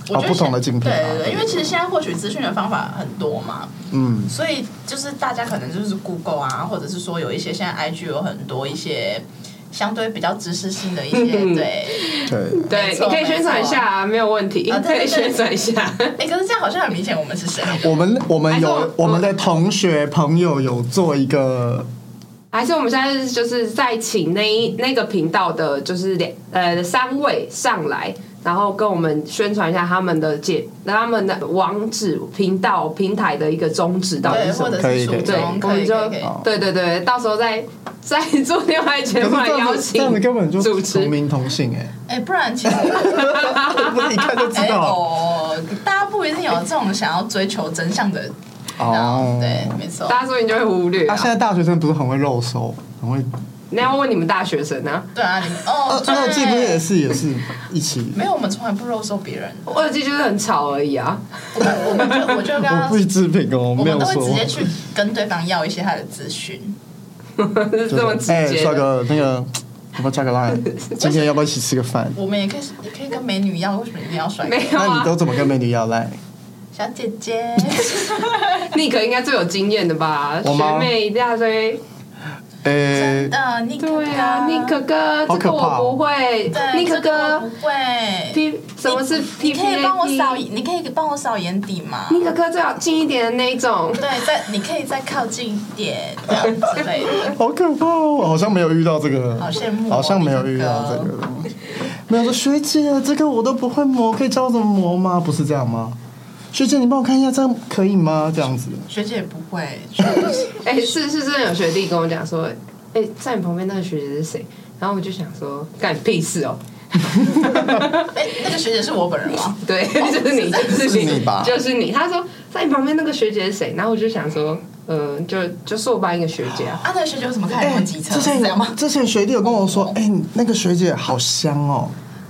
Speaker 3: 我觉得
Speaker 1: 不同的
Speaker 3: 现
Speaker 1: 竞品啊
Speaker 3: 对对对，因为其实现在获取资讯的方法很多嘛，
Speaker 1: 嗯，
Speaker 3: 所以就是大家可能就是 Google 啊，或者是说有一些现在 IG 有很多一些相对比较知识性的一 些
Speaker 2: 嗯
Speaker 3: 对。
Speaker 1: 对，
Speaker 2: 对，
Speaker 3: 没
Speaker 2: 你
Speaker 3: 错
Speaker 2: 可以宣传一下啊，没有问题，
Speaker 3: 啊
Speaker 2: 可
Speaker 3: 对
Speaker 2: 以
Speaker 3: 对对
Speaker 2: 宣传一下。
Speaker 3: 哎、可是这样好像很明显我们是谁。
Speaker 1: 我们我们
Speaker 2: 还是
Speaker 1: 有
Speaker 2: 我
Speaker 1: 我们的同学朋友有做一个，
Speaker 2: 还是我们现在就是在请那一那个频道的，就是两呃三位上来，然后跟我们宣传一下他们的解他们的网址、频道、平台的一个宗旨到底
Speaker 3: 对，
Speaker 2: 是什
Speaker 3: 或
Speaker 2: 么
Speaker 3: 者。
Speaker 1: 可
Speaker 3: 是
Speaker 1: 以
Speaker 3: 蜀
Speaker 1: 可以
Speaker 2: 对
Speaker 3: 中，
Speaker 2: 我
Speaker 3: 可
Speaker 2: 们
Speaker 3: 以，
Speaker 2: 就
Speaker 3: 可以，可以。
Speaker 1: 好
Speaker 2: 对对对，到时候再再做另外一
Speaker 1: 可
Speaker 2: 节
Speaker 1: 是
Speaker 2: 目来
Speaker 1: 这
Speaker 2: 邀
Speaker 1: 样子这
Speaker 2: 请
Speaker 1: 样子根本就
Speaker 2: 主
Speaker 1: 是
Speaker 2: 持
Speaker 1: 同名同姓哎、
Speaker 3: 哎、不然其实，
Speaker 1: 不是一看就知
Speaker 3: 哎、
Speaker 1: 道
Speaker 3: 哦，大家不一定有这种想要追求真相的，
Speaker 1: 哦。
Speaker 3: 对，没错。
Speaker 2: 大家说你就会忽略、
Speaker 1: 他、
Speaker 2: 啊
Speaker 1: 现。在大学生不是很会肉搜，很会，
Speaker 2: 那要问你们大学生啊，
Speaker 3: 对啊，你们哦，
Speaker 1: 呃最后这不是也
Speaker 3: 对，
Speaker 1: 是也是一起，
Speaker 3: 没有，我们从来不肉搜别人，
Speaker 2: 耳机就是很吵而已啊。
Speaker 3: 我们我们就我就
Speaker 1: 我
Speaker 3: 跟他
Speaker 1: 不，是制品哦，
Speaker 3: 我
Speaker 1: 没
Speaker 3: 们
Speaker 1: 有
Speaker 3: 都会
Speaker 1: 说
Speaker 3: 直。接去跟对方要一些他的资讯。
Speaker 2: 是这么直
Speaker 1: 哎，
Speaker 2: 接
Speaker 1: 帅
Speaker 2: 的。
Speaker 1: 哥，那个要不要加个 line？今 天要不要一起吃个饭？
Speaker 3: 我们也可以也可以跟美女要，为什么一定要帅哥？
Speaker 2: 没有
Speaker 1: 那你
Speaker 2: 啊，
Speaker 1: 都怎么跟美女要 line？
Speaker 3: 小姐 姐，
Speaker 1: 呃
Speaker 2: 你可应该最有经验的吧？
Speaker 1: 我吗
Speaker 2: 学妹一大堆。
Speaker 1: 呃，
Speaker 3: 呃，尼克
Speaker 2: 对啊，尼克哥，
Speaker 1: 好
Speaker 2: 这
Speaker 1: 可
Speaker 2: 个
Speaker 1: 怕
Speaker 2: 我
Speaker 1: 哦
Speaker 2: 不会。
Speaker 3: 对，
Speaker 2: 尼克
Speaker 3: 这个我
Speaker 2: 哥
Speaker 3: 不会。
Speaker 2: ，P 什么是 P
Speaker 3: 你
Speaker 2: P
Speaker 3: 可以帮我扫，
Speaker 2: A P？
Speaker 3: 你可以帮我扫眼底吗？
Speaker 2: 尼克哥最好近一点的那一种。
Speaker 3: 对，再你可以再靠近一点，这样之类的。
Speaker 1: 好可怕哦！好像没有遇到这个，
Speaker 3: 好羡慕哦
Speaker 1: 好像没有遇到这个。没有说学姐，这个我都不会磨，可以教我怎么磨吗？不是这样吗？学姐，你帮我看一下，这样可以吗？这样子，
Speaker 3: 学姐不会，学姐
Speaker 2: 哎，是是，真的有学弟跟我讲说，哎，在你旁边那个学姐是谁？然后我就想说，干你屁事哦。
Speaker 3: 哎，那个学姐是我本人吗？
Speaker 2: 对，
Speaker 3: 哦
Speaker 2: 就是你，就是
Speaker 1: 是你吧
Speaker 2: 就是你。他说在你旁边那个学姐是谁？然后我就想说，呃，就就硕班一个学 姐啊。
Speaker 3: 啊，那个学姐为什么看你们机车？
Speaker 1: 哎之
Speaker 3: 是
Speaker 1: 前
Speaker 3: 这样吗？
Speaker 1: 之前学弟有跟我说，哎、你那个学姐好香哦。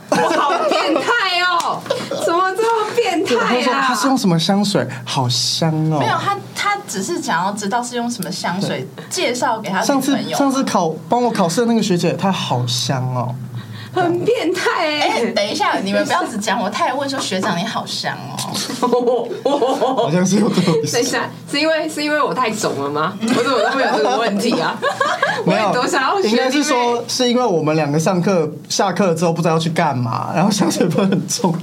Speaker 2: 好变态哦！怎么这么变
Speaker 1: 他
Speaker 2: 态
Speaker 1: 说
Speaker 2: 啊
Speaker 1: 他？是用什么香水，好香哦。
Speaker 3: 没有，他他只是想要知道是用什么香水介绍给他
Speaker 1: 上
Speaker 3: 女
Speaker 1: 次
Speaker 3: 朋友。
Speaker 1: 上次考帮我考试的那个学姐，她好香哦。
Speaker 2: 很变态哎、
Speaker 3: 哎，等一下，你们不要只讲我，他也问说学长你好香哦，
Speaker 1: 好像是有这种意思
Speaker 2: 等一。下，是因为是因为我太肿了吗？我怎么都没有这个问题 啊？我
Speaker 1: 没有
Speaker 2: 有多想要学弟妹
Speaker 1: 应该是说是因为我们两个上课下课之后不知道要去干嘛，然后香水味很重。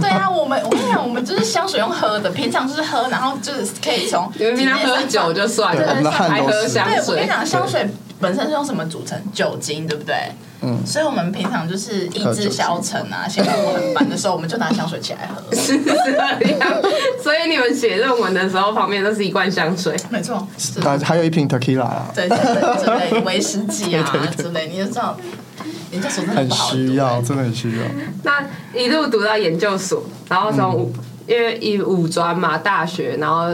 Speaker 3: 对啊，我们我跟你讲，我们就是香水用喝的，平常就是喝，然后就是可以从
Speaker 2: 你们平常喝酒就算
Speaker 1: 对
Speaker 2: 了，
Speaker 1: 我们的汗
Speaker 2: 还
Speaker 1: 都
Speaker 2: 喝
Speaker 1: 是
Speaker 2: 香
Speaker 3: 对，我跟
Speaker 2: 水
Speaker 3: 你，讲，香水本身是用什么组成？酒精，对不对？嗯，所以我们平常就是抑制消沉啊，心情我很烦的时候，我们就拿香水起来 喝。
Speaker 2: 是这样。所以你们写论文的时候，旁边都是一罐香水。
Speaker 3: 没错，是
Speaker 1: 啊， 还有一瓶 tequila 啊，
Speaker 3: 对对对，之类的威士忌啊
Speaker 1: 对对对
Speaker 3: 之类，你就知道，研究所真的
Speaker 1: 很
Speaker 3: 不好啊
Speaker 1: 需
Speaker 3: 读
Speaker 1: 要，真的很需要。
Speaker 2: 那一路读到研究所，然后从
Speaker 1: 嗯
Speaker 2: 五、因为以五专嘛，大学，然后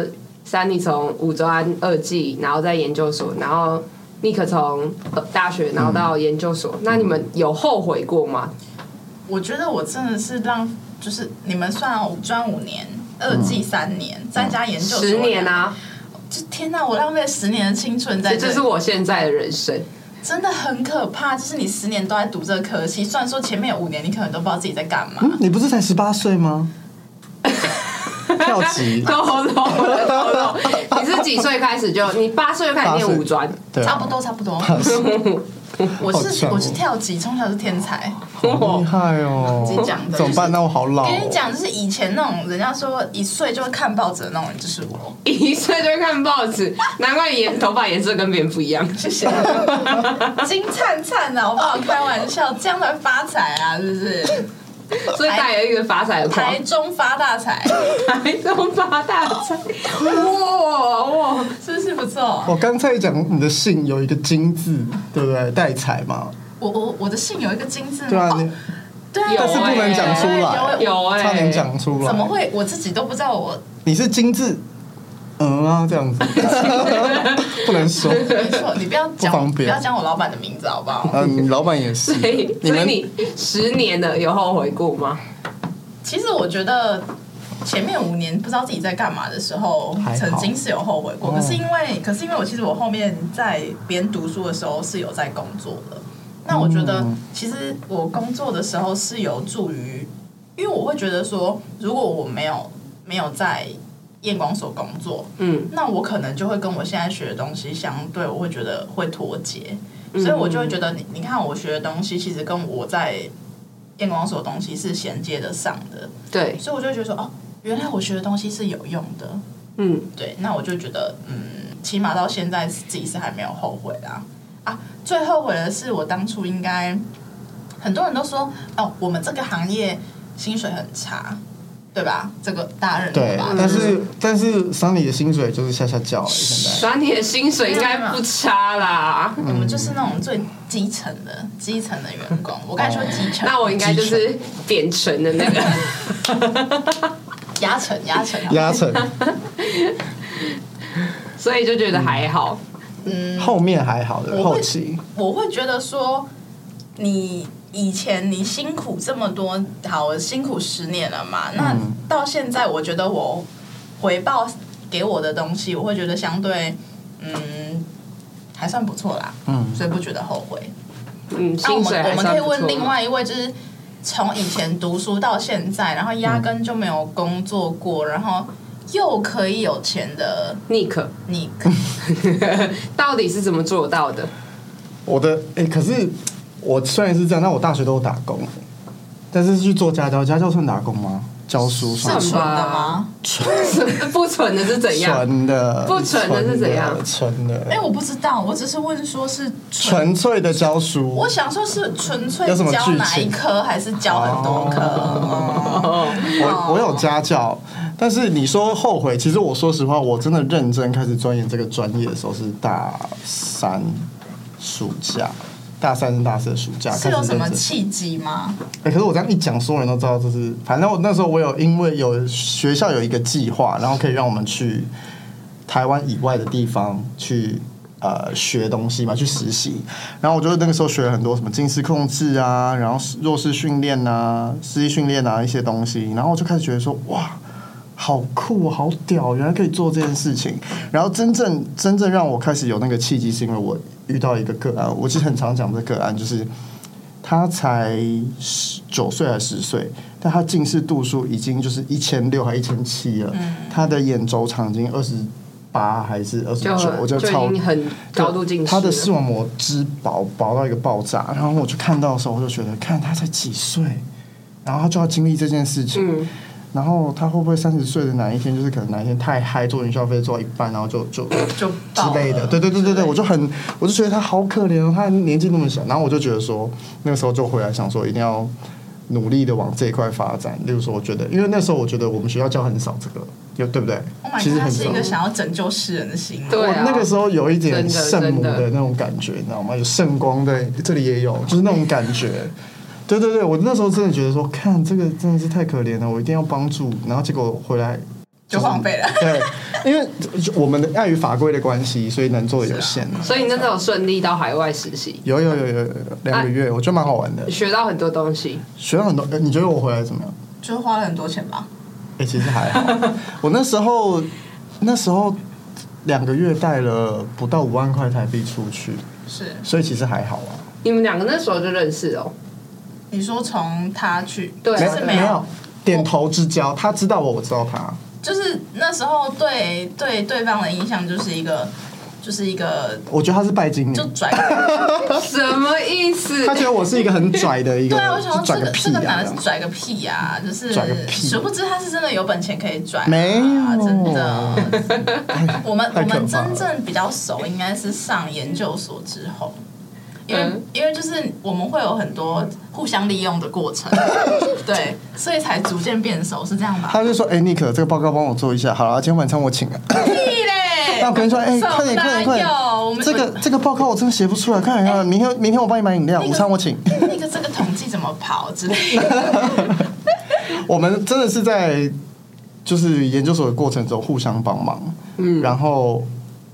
Speaker 2: 三你从五专二技，然后在研究所，然后尼克从呃大学，然后
Speaker 1: 嗯
Speaker 2: 到研究所。那你们有后悔过吗？
Speaker 3: 我觉得我真的是让，就是你们算啊五专五年，二技三年，再加研究所
Speaker 2: 十年！啊，
Speaker 3: 就天哪，我浪费了十年的青春在
Speaker 2: 这
Speaker 3: 这
Speaker 2: 就
Speaker 3: 里
Speaker 2: 是我现在的人生。
Speaker 3: 真的很可怕。就是你十年都在读这个科系，虽然说前面有五年你可能都不知道自己在干嘛，
Speaker 1: 嗯，你不是才十八岁吗？跳级，
Speaker 2: 都 懂了，都懂。你是几岁开始就？你八岁就开始念五专，
Speaker 1: 对啊，
Speaker 3: 差不多，差不多。 我是
Speaker 1: 强哦
Speaker 3: 我是跳级，从小是天才。
Speaker 1: 好厉害哦
Speaker 3: 自己讲！的
Speaker 1: 怎么办？那我好老哦。
Speaker 3: 跟你讲，就是以前那种人家说一岁就会看报纸的那种人，就是我。
Speaker 2: 一岁就会看报纸，难怪你颜头发颜色跟别人不一样。
Speaker 3: 谢谢，金灿灿的，啊好不好？开玩笑，这样才会发财啊，是不是？
Speaker 2: 所以大家有一个发财的框
Speaker 3: 台中发大财，
Speaker 2: 台中发大财，哇哇！
Speaker 3: 是不是不错？
Speaker 1: 我刚才讲你的姓有一个金字，对不对？代财嘛，
Speaker 3: 我我我的姓有一个金字吗？
Speaker 1: 对啊，
Speaker 3: 哦
Speaker 1: 你
Speaker 3: 对啊，
Speaker 2: 有但是不能
Speaker 1: 讲出来
Speaker 3: 有欸
Speaker 2: 有哎、
Speaker 1: 差点讲出来。
Speaker 3: 怎么会？我自己都不知道我
Speaker 1: 你是金字，嗯啊，这样 子不能说。
Speaker 3: 没错，你不要讲，
Speaker 1: 不方便
Speaker 3: 要讲我老板的名字好不好？
Speaker 1: 嗯，你老板也是
Speaker 2: 所以，，
Speaker 1: 你
Speaker 2: 所以
Speaker 1: 们
Speaker 2: 你十年了有后悔过吗？
Speaker 3: 其实我觉得前面五年不知道自己在干嘛的时候
Speaker 1: 还，好
Speaker 3: 曾经是有后悔过。
Speaker 1: 哦
Speaker 3: 可是因为，可是因为我其实我后面在边读书的时候是有在工作的。那我觉得
Speaker 1: 嗯，
Speaker 3: 其实我工作的时候是有助于因为我会觉得说，如果我没有没有在验光所工作，
Speaker 2: 嗯，
Speaker 3: 那我可能就会跟我现在学的东西相对，我会觉得会脱节，所以我就会觉得你你看我学的东西，其实跟我在验光所的东西是衔接得上的，
Speaker 2: 对，
Speaker 3: 所以我就会觉得说，哦，原来我学的东西是有用的，
Speaker 2: 嗯，
Speaker 3: 对，那我就觉得，嗯，起码到现在自己是还没有后悔啦。啊，最后悔的是我当初应该，很多人都说，哦，我们这个行业薪水很差，对吧？这个大家认同
Speaker 1: 对
Speaker 3: 吧？，
Speaker 1: 但是但是桑尼的薪水就是下下叫了，现在
Speaker 2: 拿你的薪水应该不差啦。
Speaker 3: 我们就是那种最基层的基层的员工，我敢说基层，
Speaker 2: 那我应该就是扁唇的那个。
Speaker 3: 压成压成，
Speaker 1: 压 成
Speaker 2: 所以就觉得还好。
Speaker 1: 后面还好的
Speaker 3: 我
Speaker 1: 后
Speaker 3: 会
Speaker 1: 期，
Speaker 3: 我会觉得说，你以前你辛苦这么多，好我辛苦十年了嘛，那
Speaker 1: 嗯
Speaker 3: 到现在我觉得我回报给我的东西，我会觉得相对嗯还算不错啦，
Speaker 1: 嗯，
Speaker 3: 所以不觉得后悔。
Speaker 2: 嗯，
Speaker 3: 那我
Speaker 2: 薪水
Speaker 3: 们我
Speaker 2: 还
Speaker 3: 们
Speaker 2: 算
Speaker 3: 可以
Speaker 2: 不
Speaker 3: 问
Speaker 2: 错
Speaker 3: 另
Speaker 2: 嘛。
Speaker 3: 外一位，就是从以前读书到现在，然后压根就没有工作过，然后又可以有钱的
Speaker 2: Nick
Speaker 3: 你，
Speaker 2: 到底是怎么做到的？
Speaker 1: 我的哎、可是我虽然是这样，但我大学都有打工，但是去做家教，家教算打工吗？教书算
Speaker 2: 算
Speaker 3: 纯
Speaker 2: 吧
Speaker 3: 的吗？
Speaker 2: 不纯的是怎样？
Speaker 1: 纯的，
Speaker 2: 不纯的是怎样
Speaker 1: 纯的，
Speaker 3: 哎、我不知道，我只是问说是纯
Speaker 1: 纯粹的教书。
Speaker 3: 我想说，是纯粹
Speaker 1: 有什么
Speaker 3: 教
Speaker 1: 剧
Speaker 3: 哪一
Speaker 1: 情
Speaker 3: 科，还是教很多科？哦
Speaker 2: 哦，
Speaker 1: 我我有家教，但是你说后悔，其实我说实话，我真的认真开始钻研这个专业的时候是大三暑假，大三大四的暑假
Speaker 3: 是
Speaker 1: 开始
Speaker 3: 有什
Speaker 1: 认
Speaker 3: 么
Speaker 1: 真。
Speaker 3: 契机吗？
Speaker 1: 哎、可是我这样一讲，所有人都知道，就是反正我那时候我有因为有学校有一个计划，然后可以让我们去台湾以外的地方去呃学东西嘛，去实习。然后我就那个时候学了很多什么近视控制啊，然后弱势训练啊、视力训练啊一些东西，然后我就开始觉得说哇。好酷，好屌！原来可以做这件事情。然后真正真正让我开始有那个契机，是因为我遇到一个个案，我其实很常讲这个案，就是他才十九岁还是十岁，但他近视度数已经就是一千六还一千七了，
Speaker 2: 嗯
Speaker 1: 他的眼轴长已经二十八还是二十
Speaker 2: 就
Speaker 1: 九，我就
Speaker 2: 就
Speaker 1: 超
Speaker 2: 已经很高度近视了。
Speaker 1: 他的视网膜之薄薄到一个爆炸，然后我去看到的时候，我就觉得，看他才几岁，然后他就要经历这件事情，
Speaker 2: 嗯
Speaker 1: 然后他会不会三十岁的哪一天，就是可能哪一天太嗨，坐云霄飞做到一半，然后就就
Speaker 3: 就
Speaker 1: 之类的，对对对对对，我就很，我就觉得他好可怜哦，他年纪那么小，然后我就觉得说，那个时候就回来想说，一定要努力的往这一块发展。例如说，我觉得，因为那时候我觉得我们学校教很少这个，有对不对
Speaker 3: Oh my
Speaker 1: 其实
Speaker 3: god，他
Speaker 1: 很
Speaker 3: 是
Speaker 1: 少
Speaker 3: 一。个想要拯救世人的心。
Speaker 2: 对
Speaker 1: 我
Speaker 2: 啊
Speaker 1: 那个时候有一点
Speaker 2: 真的
Speaker 1: 圣母
Speaker 2: 真的
Speaker 1: 的那种感觉，你知道吗？有圣光，对，这里也有，就是那种感觉。对对对，我那时候真的觉得说，看这个真的是太可怜了，我一定要帮助。然后结果回来
Speaker 3: 就是荒废了
Speaker 1: 对，因为我们的碍于法规的关系，所以能做的有限。
Speaker 2: 所以你那时候顺利到海外实习，
Speaker 1: 有有有有有有两个
Speaker 2: 啊
Speaker 1: 月，我觉得蛮好玩的，
Speaker 2: 学到很多东西。
Speaker 1: 学到很多。呃你觉得我回来怎么样？
Speaker 3: 就花了很多钱吧。
Speaker 1: 哎、其实还好。 我那时候那时候两个月带了不到五万块台币出去，
Speaker 3: 是，
Speaker 1: 所以其实还好啊。
Speaker 2: 你们两个那时候就认识哦？
Speaker 3: 你说从他去，
Speaker 2: 对
Speaker 3: 就
Speaker 2: 啊
Speaker 3: 是
Speaker 1: 没
Speaker 3: 没
Speaker 1: 有，点头之交，他知道我，我知道他。
Speaker 3: 就是那时候对对对方的印象就是一个，就是一个
Speaker 1: 我觉得他是拜金女
Speaker 3: 就，拽。
Speaker 2: 什么意思？
Speaker 1: 他觉得我是一个很拽的一个，
Speaker 3: 对啊，我想
Speaker 1: 就拽
Speaker 3: 说这
Speaker 1: 个
Speaker 3: 个
Speaker 1: 屁
Speaker 3: 这个男
Speaker 1: 啊
Speaker 3: 的是！拽个屁呀、就是
Speaker 1: 拽个屁
Speaker 3: 殊不知他是真的有本钱可以拽、啊，
Speaker 1: 没有
Speaker 3: 真的。我们我
Speaker 1: 太可怕了
Speaker 3: 们真正比较熟，应该是上研究所之后。因为、
Speaker 2: 嗯
Speaker 3: 因为就是我们会有很多互相利用的过 程，对，所以才逐渐变熟，是这样吧？
Speaker 1: 他就说：“哎、尼克，这个报告帮我做一下。好啊了，今天晚上我请了。
Speaker 3: 屁嘞！
Speaker 1: 那我跟你说，哎、
Speaker 3: 手
Speaker 1: 快点，快
Speaker 3: 哪
Speaker 1: 点，快点！
Speaker 3: 有我们哎
Speaker 1: 这个这个报告我真的写不出来，快点啊！明天明天我帮你买饮料，
Speaker 3: 那个
Speaker 1: 午餐我请。
Speaker 3: 那个这个统计怎么跑之类的，
Speaker 1: 我们真的是在就是研究所的过程中互相帮忙，嗯，然后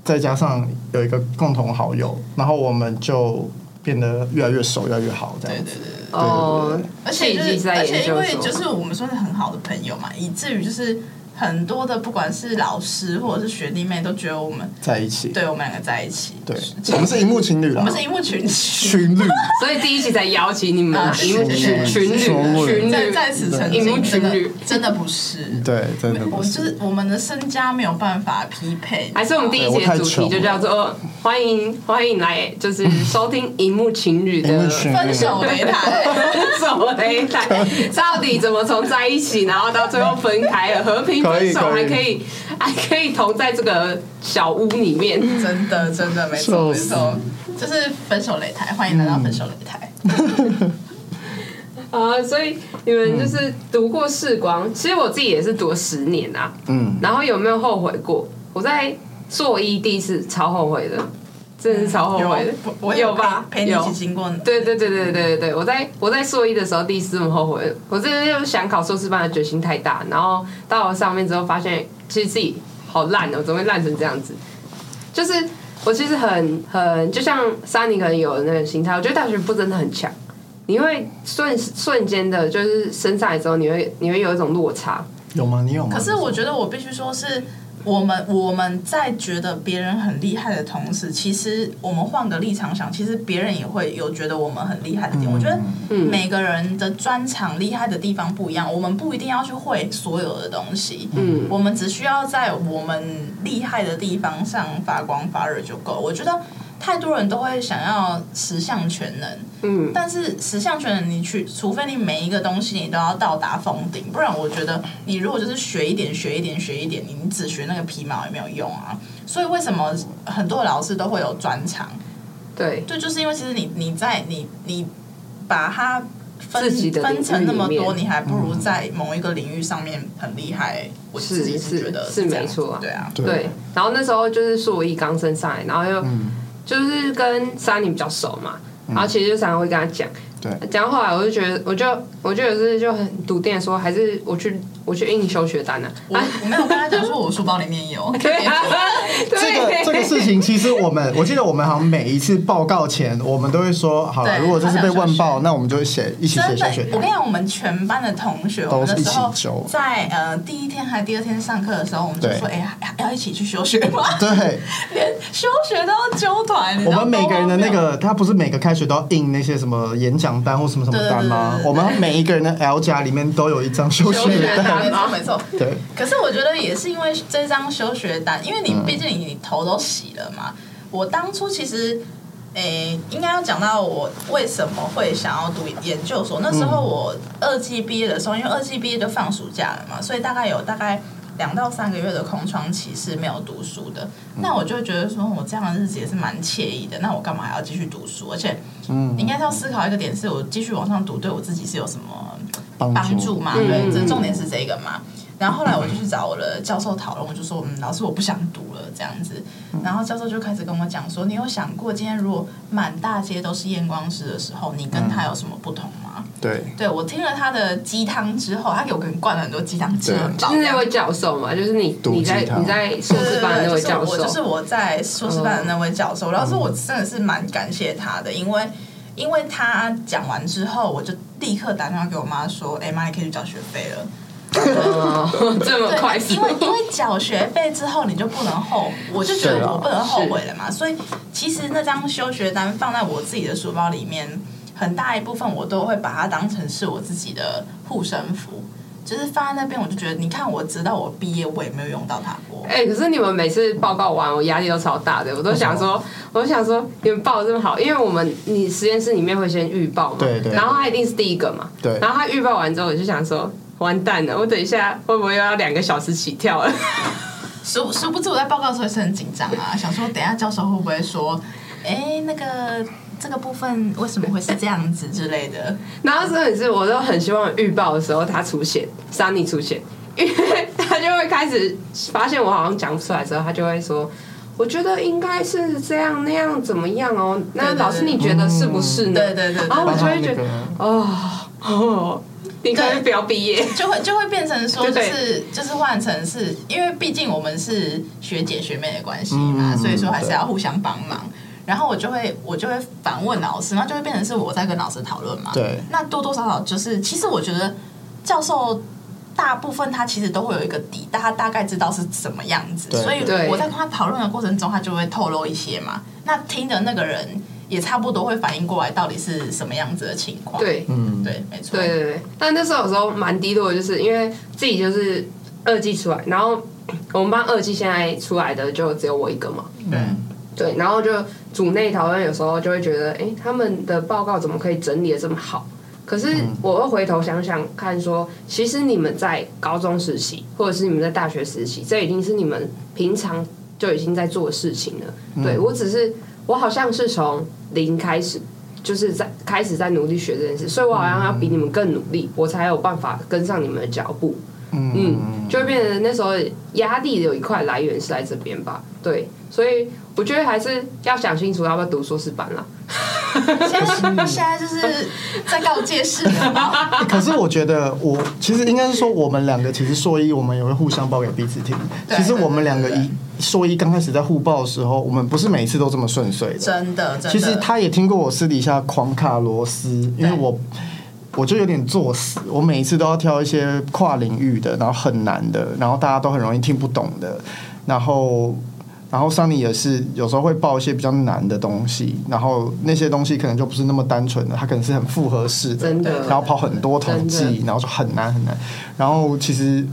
Speaker 1: 再加上有一个共同好友，然后我们就变得越来越熟，越来越好，这样子。
Speaker 2: 哦，
Speaker 3: 而且就
Speaker 2: 契机
Speaker 3: 是，
Speaker 2: 在
Speaker 3: 而
Speaker 2: 研
Speaker 3: 且因
Speaker 2: 究
Speaker 3: 为
Speaker 2: 所
Speaker 3: 就是我们算是很好的朋友嘛，以至于就是很多的不管是老师或者是学弟妹都觉得我们
Speaker 1: 在一起。
Speaker 3: 对我 们两个在一起，
Speaker 1: 对，我们是荧幕情侣啊
Speaker 3: 我
Speaker 1: 啦
Speaker 3: 们，是荧幕群群
Speaker 1: 群侣，
Speaker 2: 所以第一期才邀请你们
Speaker 3: 啊
Speaker 2: 荧幕群
Speaker 3: 是
Speaker 2: 群
Speaker 1: 是
Speaker 2: 侣
Speaker 1: 是
Speaker 2: 群
Speaker 3: 在
Speaker 2: 侣，
Speaker 3: 在此澄
Speaker 2: 荧幕
Speaker 3: 清，真
Speaker 2: 群
Speaker 3: 的
Speaker 2: 侣
Speaker 3: 真的不是。
Speaker 1: 对，真的
Speaker 3: 我
Speaker 1: 不。
Speaker 3: 们就是是我们的身家没有办法匹配，
Speaker 2: 还是我们第一
Speaker 1: 哎
Speaker 2: 期的主题就叫做“欢迎欢迎来”，就是收 听荧幕情侣
Speaker 1: 荧幕
Speaker 2: 的
Speaker 1: 群
Speaker 3: 分手 擂台，
Speaker 2: 怎么擂台，到底怎么从在一起，然后到最后分开了，和平分手，
Speaker 1: 可
Speaker 2: 还
Speaker 1: 以可以
Speaker 2: 可以还可以同在这个小屋里 面。
Speaker 3: 真的真的没错
Speaker 1: 笑
Speaker 3: 没
Speaker 1: 死
Speaker 3: 错，就是分手擂台，欢迎来到分手擂台。
Speaker 2: 嗯啊，所以你们就是读过世光，其实我自己也是读了十年啊。
Speaker 1: 嗯，
Speaker 2: 然后有没有后悔过？我在硕一第一次超后悔的，真的是超后
Speaker 3: 有
Speaker 2: 悔的。
Speaker 3: 我我
Speaker 2: 有吧？
Speaker 3: 陪陪你一起
Speaker 2: 有
Speaker 3: 经过呢，
Speaker 2: 对对对对对对对，我在我在硕一的时候第一次这么后悔，我真的就是想考硕士班的决心太大，然后到了上面之后发现，其实自己好烂哦、怎么会烂成这样子？就是我其实很很，就像莎尼可能有的那个心态，我觉得大学部真的很强，你会瞬瞬间的，就是升上来之后，你会你会有一种落差，
Speaker 1: 有吗？你有吗？
Speaker 3: 可是我觉得我必须说是。我们我们在觉得别人很厉害的同时，其实我们换个立场想，其实别人也会有觉得我们很厉害的点。我觉得每个人的专长厉害的地方不一样，我们不一定要去会所有的东西，
Speaker 2: 嗯
Speaker 3: 我们只需要在我们厉害的地方上发光发热就够。我觉得太多人都会想要十项全能，
Speaker 2: 嗯，
Speaker 3: 但是十项全能，你去，除非你每一个东西你都要到达封顶，不然我觉得你如果就是学一点、学一点、学一点，你只学那个皮毛也没有用啊。所以为什么很多老师都会有专长？
Speaker 2: 对，
Speaker 3: 对，就是因为其实你你在你你把它分
Speaker 2: 自己的领域
Speaker 3: 分成那么
Speaker 2: 里
Speaker 3: 多，
Speaker 2: 面嗯
Speaker 3: 你还不如在某一个领域上面很厉害、我
Speaker 2: 是
Speaker 3: 自己
Speaker 2: 是
Speaker 3: 觉得
Speaker 2: 是
Speaker 3: 这样
Speaker 2: 没错啊
Speaker 3: 对 啊，
Speaker 1: 对嗯
Speaker 2: 对，然后那时候就是硕一刚升上来，然后又、就是跟珊妮比较熟嘛，然后其实就常常会跟他讲，
Speaker 1: 对
Speaker 2: 讲到后来我就觉得，我就我就有时就很笃定的说，还是我去我去印休学单呢、啊
Speaker 3: 我我没有跟他讲说我书包里面有，
Speaker 2: 对啊，对
Speaker 1: 这个这个事情，其实我们我记得我们好像每一次报告前，我们都会说，好了，
Speaker 3: 对
Speaker 1: 如果就是被问
Speaker 3: 好
Speaker 1: 爆，那我们就会写一起写
Speaker 3: 真的
Speaker 1: 小雪，
Speaker 3: 我跟你讲，我们全班的同学，我们
Speaker 1: 都
Speaker 3: 那时候
Speaker 1: 是一起揪
Speaker 3: 在呃第一天还第二天上课的时候，我们就
Speaker 1: 对
Speaker 3: 说，哎、呀，要一起去休学吗？
Speaker 1: 对，
Speaker 3: 连休学都要揪团，你知
Speaker 1: 我
Speaker 3: 道
Speaker 1: 们每个人的那
Speaker 3: 多荒谬。
Speaker 1: 个，他不是每个开学都要印那些什么演讲单或什么什么单吗
Speaker 3: 对对对对？对
Speaker 1: 我们每一个人的 L 夹里面都有一张休
Speaker 2: 休
Speaker 1: 学
Speaker 2: 学
Speaker 1: 单，
Speaker 2: 单
Speaker 3: 没错没错，
Speaker 1: 对，
Speaker 3: 可是我觉得也是因为这张休学单，因为你毕竟你头都洗了嘛。我当初其实，诶、应该要讲到我为什么会想要读研究所。那时候我二季毕业的时候，因为二季毕业就放暑假了嘛，所以大概有大概两到三个月的空窗期是没有读书的。那我就会觉得说，我这样的日子也是蛮惬意的。那我干嘛还要继续读书？而且，
Speaker 1: 嗯
Speaker 3: 应该是要思考一个点，是我继续往上读，对我自己是有什么帮
Speaker 1: 帮
Speaker 3: 助
Speaker 1: 助
Speaker 3: 嘛，
Speaker 2: 嗯
Speaker 3: 对，这
Speaker 2: 嗯
Speaker 3: 重点是这个嘛。然后后来我就去找我的教授讨论，我就说，嗯，老师我不想读了这样子。
Speaker 2: 嗯
Speaker 3: 然后教授就开始跟我讲说，你有想过今天如果满大街都是验光师的时候，你跟他有什么不同吗？
Speaker 2: 嗯
Speaker 1: 对，
Speaker 3: 对我听了他的鸡汤之后，他给我给灌了很多鸡汤吃很饱
Speaker 2: 就
Speaker 3: 这
Speaker 2: 是
Speaker 3: 样
Speaker 2: 那位教授嘛，就是你
Speaker 1: 毒
Speaker 2: 你
Speaker 1: 鸡
Speaker 2: 在
Speaker 1: 汤
Speaker 2: 你在硕士班的那位
Speaker 3: 对对
Speaker 2: 教
Speaker 3: 对就是我
Speaker 2: 授，嗯
Speaker 3: 就是我在硕士班的那位教授。然后说，我真的是蛮感谢他的，因为因为他讲完之后，我就立刻打电话给我妈说：“哎、妈，你可以去缴学费了。”
Speaker 2: 哦这么快
Speaker 3: 对，
Speaker 2: 速，
Speaker 3: 因为因为缴学费之后你就不能后悔，我就觉
Speaker 1: 是
Speaker 3: 得
Speaker 1: 啊
Speaker 3: 我不能后悔了嘛，所以其实那张休学单放在我自己的书包里面，很大一部分我都会把它当成是我自己的护身符，就是放在那边，我就觉得你看，我直到我毕业我也没有用到它过。
Speaker 2: 哎、可是你们每次报告完，我压力都超大的，我都想说，我都想说你们报的这么好，因为我们你实验室里面会先预报嘛，
Speaker 1: 对对
Speaker 2: 然后他一定是第一个嘛，
Speaker 1: 对
Speaker 2: 然后他预报完之后，我就想说。完蛋了！我等一下会不会又要两个小时起跳了？
Speaker 3: 殊殊不知我在报告的时候也是很紧张啊，想说等一下教授会不会说，哎、那个这个部分为什么会是这样子之类的。
Speaker 2: 然后真的是，我都很希望预报的时候他出现，Sunny 出现，因为 他就会开始发现我好像讲不出来之后，他就会说：“我觉得应该是这样那样怎么样哦？”那
Speaker 3: 对对嗯
Speaker 2: 老师你觉得是不是呢？
Speaker 3: 对对对对
Speaker 2: 然后我
Speaker 1: 帮
Speaker 2: 就
Speaker 1: 他
Speaker 2: 会
Speaker 1: 那
Speaker 2: 觉得
Speaker 1: 个，
Speaker 2: 哦哦，你可能不要毕业。
Speaker 3: 就会就会变成说，就
Speaker 2: 对
Speaker 3: 是就是换成是因为毕竟我们是学姐学妹的关系嘛，
Speaker 1: 嗯
Speaker 3: 所以说还是
Speaker 1: 对
Speaker 3: 要互相帮忙。然后我就会我就会反问老师，那就会变成是我在跟老师讨论嘛。
Speaker 1: 对
Speaker 3: 那多多少少就是，其实我觉得教授大部分他其实都会有一个底，但他大概知道是怎么样子，
Speaker 1: 对
Speaker 3: 所以
Speaker 2: 对
Speaker 3: 我在跟他讨论的过程中，他就会透露一些嘛。那听的那个人也差不多会反应过来到底是什么样子的情况。
Speaker 2: 对，
Speaker 1: 嗯，
Speaker 3: 对，没错。
Speaker 2: 对对对，但那时候有时候蛮低落的，就是因为自己就是二季出来，然后我们班二季现在出来的就只有我一个嘛，
Speaker 3: 对
Speaker 1: 嗯
Speaker 2: 对，然后就组内讨论，有时候就会觉得，哎，他们的报告怎么可以整理的这么好？可是嗯我又回头想想看说其实你们在高中时期，或者是你们在大学时期，这已经是你们平常就已经在做的事情了。对我只是我好像是从零开始，就是在开始在努力学这件事，所以我好像要比你们更努力，我才有办法跟上你们的脚步。嗯，就会变成那时候压力有一块来源是在这边吧，对，所以我觉得还是要想清楚要不要读硕士班啦。
Speaker 3: 现
Speaker 1: 嗯
Speaker 3: 在现在就是在告诫 世人嘛，
Speaker 1: 欸可是我觉得我，其实应该是说，我们两个其实硕一，我们也会互相报给彼此听。
Speaker 3: 对
Speaker 1: 其实我们两个
Speaker 3: 对对
Speaker 1: 一硕一刚开始在互报的时候，我们不是每一次都这么顺遂的。
Speaker 3: 真的真的。
Speaker 1: 其实他也听过我私底下狂卡螺丝，因为
Speaker 3: 对
Speaker 1: 我我就有点作死，我每一次都要挑一些跨领域的，然后很难的，然后大家都很容易听不懂的，然后。然后桑尼也是有时候会报一些比较难的东西，然后那些东西可能就不是那么单纯的，它可能是很复合式的，
Speaker 2: 真的
Speaker 1: 然后跑很多统
Speaker 2: 真
Speaker 1: 计，然后就很难很难。然后其实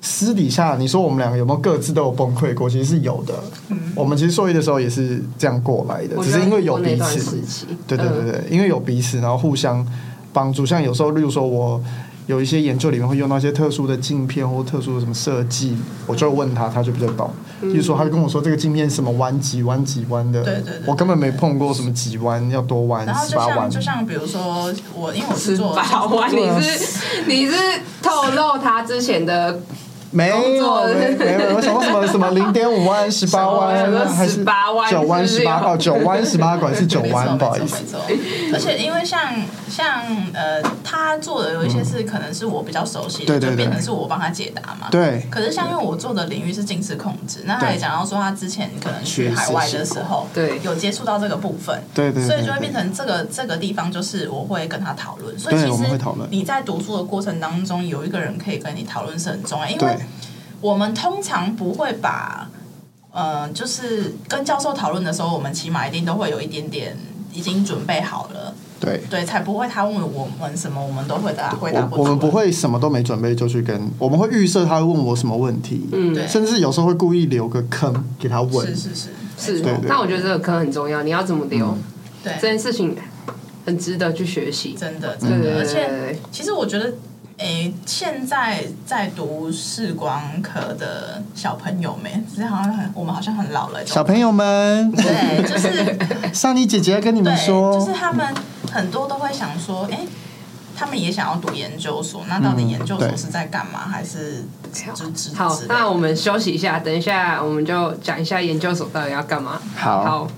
Speaker 1: 私底下，你说我们两个有没有各自都有崩溃过？其实是有的。
Speaker 3: 嗯
Speaker 1: 我们其实硕一的时候也是这样过来的，
Speaker 2: 我
Speaker 1: 只
Speaker 2: 觉得
Speaker 1: 是因为有
Speaker 2: 我那
Speaker 1: 彼
Speaker 2: 段
Speaker 1: 此
Speaker 2: 时。期，
Speaker 1: 对对对
Speaker 2: 嗯，
Speaker 1: 对，因为有彼此，然后互相帮助。像有时候，例如说我有一些研究里面会用到一些特殊的镜片或特殊的什么设计，我就问他，他就比较懂。例如说，他就跟我说这个镜片是什么弯几弯几弯的，
Speaker 3: 嗯对对对
Speaker 1: 我根本没碰过什么几弯，要多弯
Speaker 3: 然后
Speaker 1: 十
Speaker 3: 就
Speaker 1: 八
Speaker 3: 像
Speaker 1: 弯。
Speaker 3: 就像比如说我，因为我
Speaker 2: 十
Speaker 3: 是做
Speaker 2: 八万，
Speaker 1: 对啊
Speaker 2: 你是你是透露他之前的
Speaker 1: 没有，
Speaker 2: 工作
Speaker 1: 没没有，我想到什么什么零点五万、十八
Speaker 2: 什么
Speaker 1: 万，还是
Speaker 2: 18万
Speaker 1: 九弯、
Speaker 2: 是
Speaker 1: 十
Speaker 2: 不是有
Speaker 1: 八哦，九弯十 八管是九
Speaker 3: 没错
Speaker 1: 弯，
Speaker 3: 没
Speaker 1: 不好
Speaker 3: 错
Speaker 1: 意
Speaker 3: 没
Speaker 1: 思。
Speaker 3: 错。而且因为像像呃，他做的有一些事可能是我比较熟悉
Speaker 1: 嗯
Speaker 3: 的，
Speaker 1: 对对对
Speaker 3: 就变成是我帮他解答嘛。。
Speaker 1: 对，
Speaker 3: 可是像因为我做的领域是近视控制，那他也讲到说他之前可能去
Speaker 1: 确实
Speaker 3: 海外的时候，
Speaker 2: 对
Speaker 3: 有接触到这个部分，
Speaker 1: 对对对
Speaker 3: 所以就会变成这个这个地方就是我会跟他讨论。所以
Speaker 1: 对
Speaker 3: 其
Speaker 1: 我们会
Speaker 3: 实
Speaker 1: 讨论
Speaker 3: 你在读书的过程当中，有一个人可以跟你讨论是很重要，因为
Speaker 1: 对
Speaker 3: 我们通常不会把，呃，就是跟教授讨论的时候，我们起码一定都会有一点点已经准备好了，
Speaker 1: 对。
Speaker 3: 对，才不会他问我们什么，我们都会答回答
Speaker 1: 我
Speaker 3: 不
Speaker 1: 我们
Speaker 3: 出
Speaker 1: 不
Speaker 3: 来。
Speaker 1: 会什么都没准备就去跟，我们会预设他会问我什么问题，
Speaker 2: 嗯
Speaker 3: 对
Speaker 1: 甚至有时候会故意留个坑给他问
Speaker 3: 是。是是
Speaker 2: 是
Speaker 1: 对对，
Speaker 2: 但我觉得这个坑很重要，你要怎么留
Speaker 3: 对
Speaker 2: 这，件事情很值得去学习。
Speaker 3: 真的
Speaker 2: 对
Speaker 3: 真
Speaker 2: 对
Speaker 3: 的，
Speaker 2: 对
Speaker 3: 而
Speaker 2: 对
Speaker 3: 且
Speaker 2: 对，
Speaker 3: 其实我觉得，诶，现在在读视光科的小朋友们，其实好像很我们好像很老了，
Speaker 1: 小朋友们，
Speaker 3: 对，就是
Speaker 1: 上你姐姐要跟你们
Speaker 3: 对，就
Speaker 1: 说
Speaker 3: 是，他们很多都会想说，哎、他们也想要读研究所，那到底研究所
Speaker 1: 嗯对
Speaker 3: 是在干嘛？还是就职
Speaker 2: 好
Speaker 3: 之，类
Speaker 2: 那
Speaker 3: 的？
Speaker 2: 我们休息一下，等一下我们就讲一下研究所到底要干嘛。
Speaker 1: 好
Speaker 2: 好，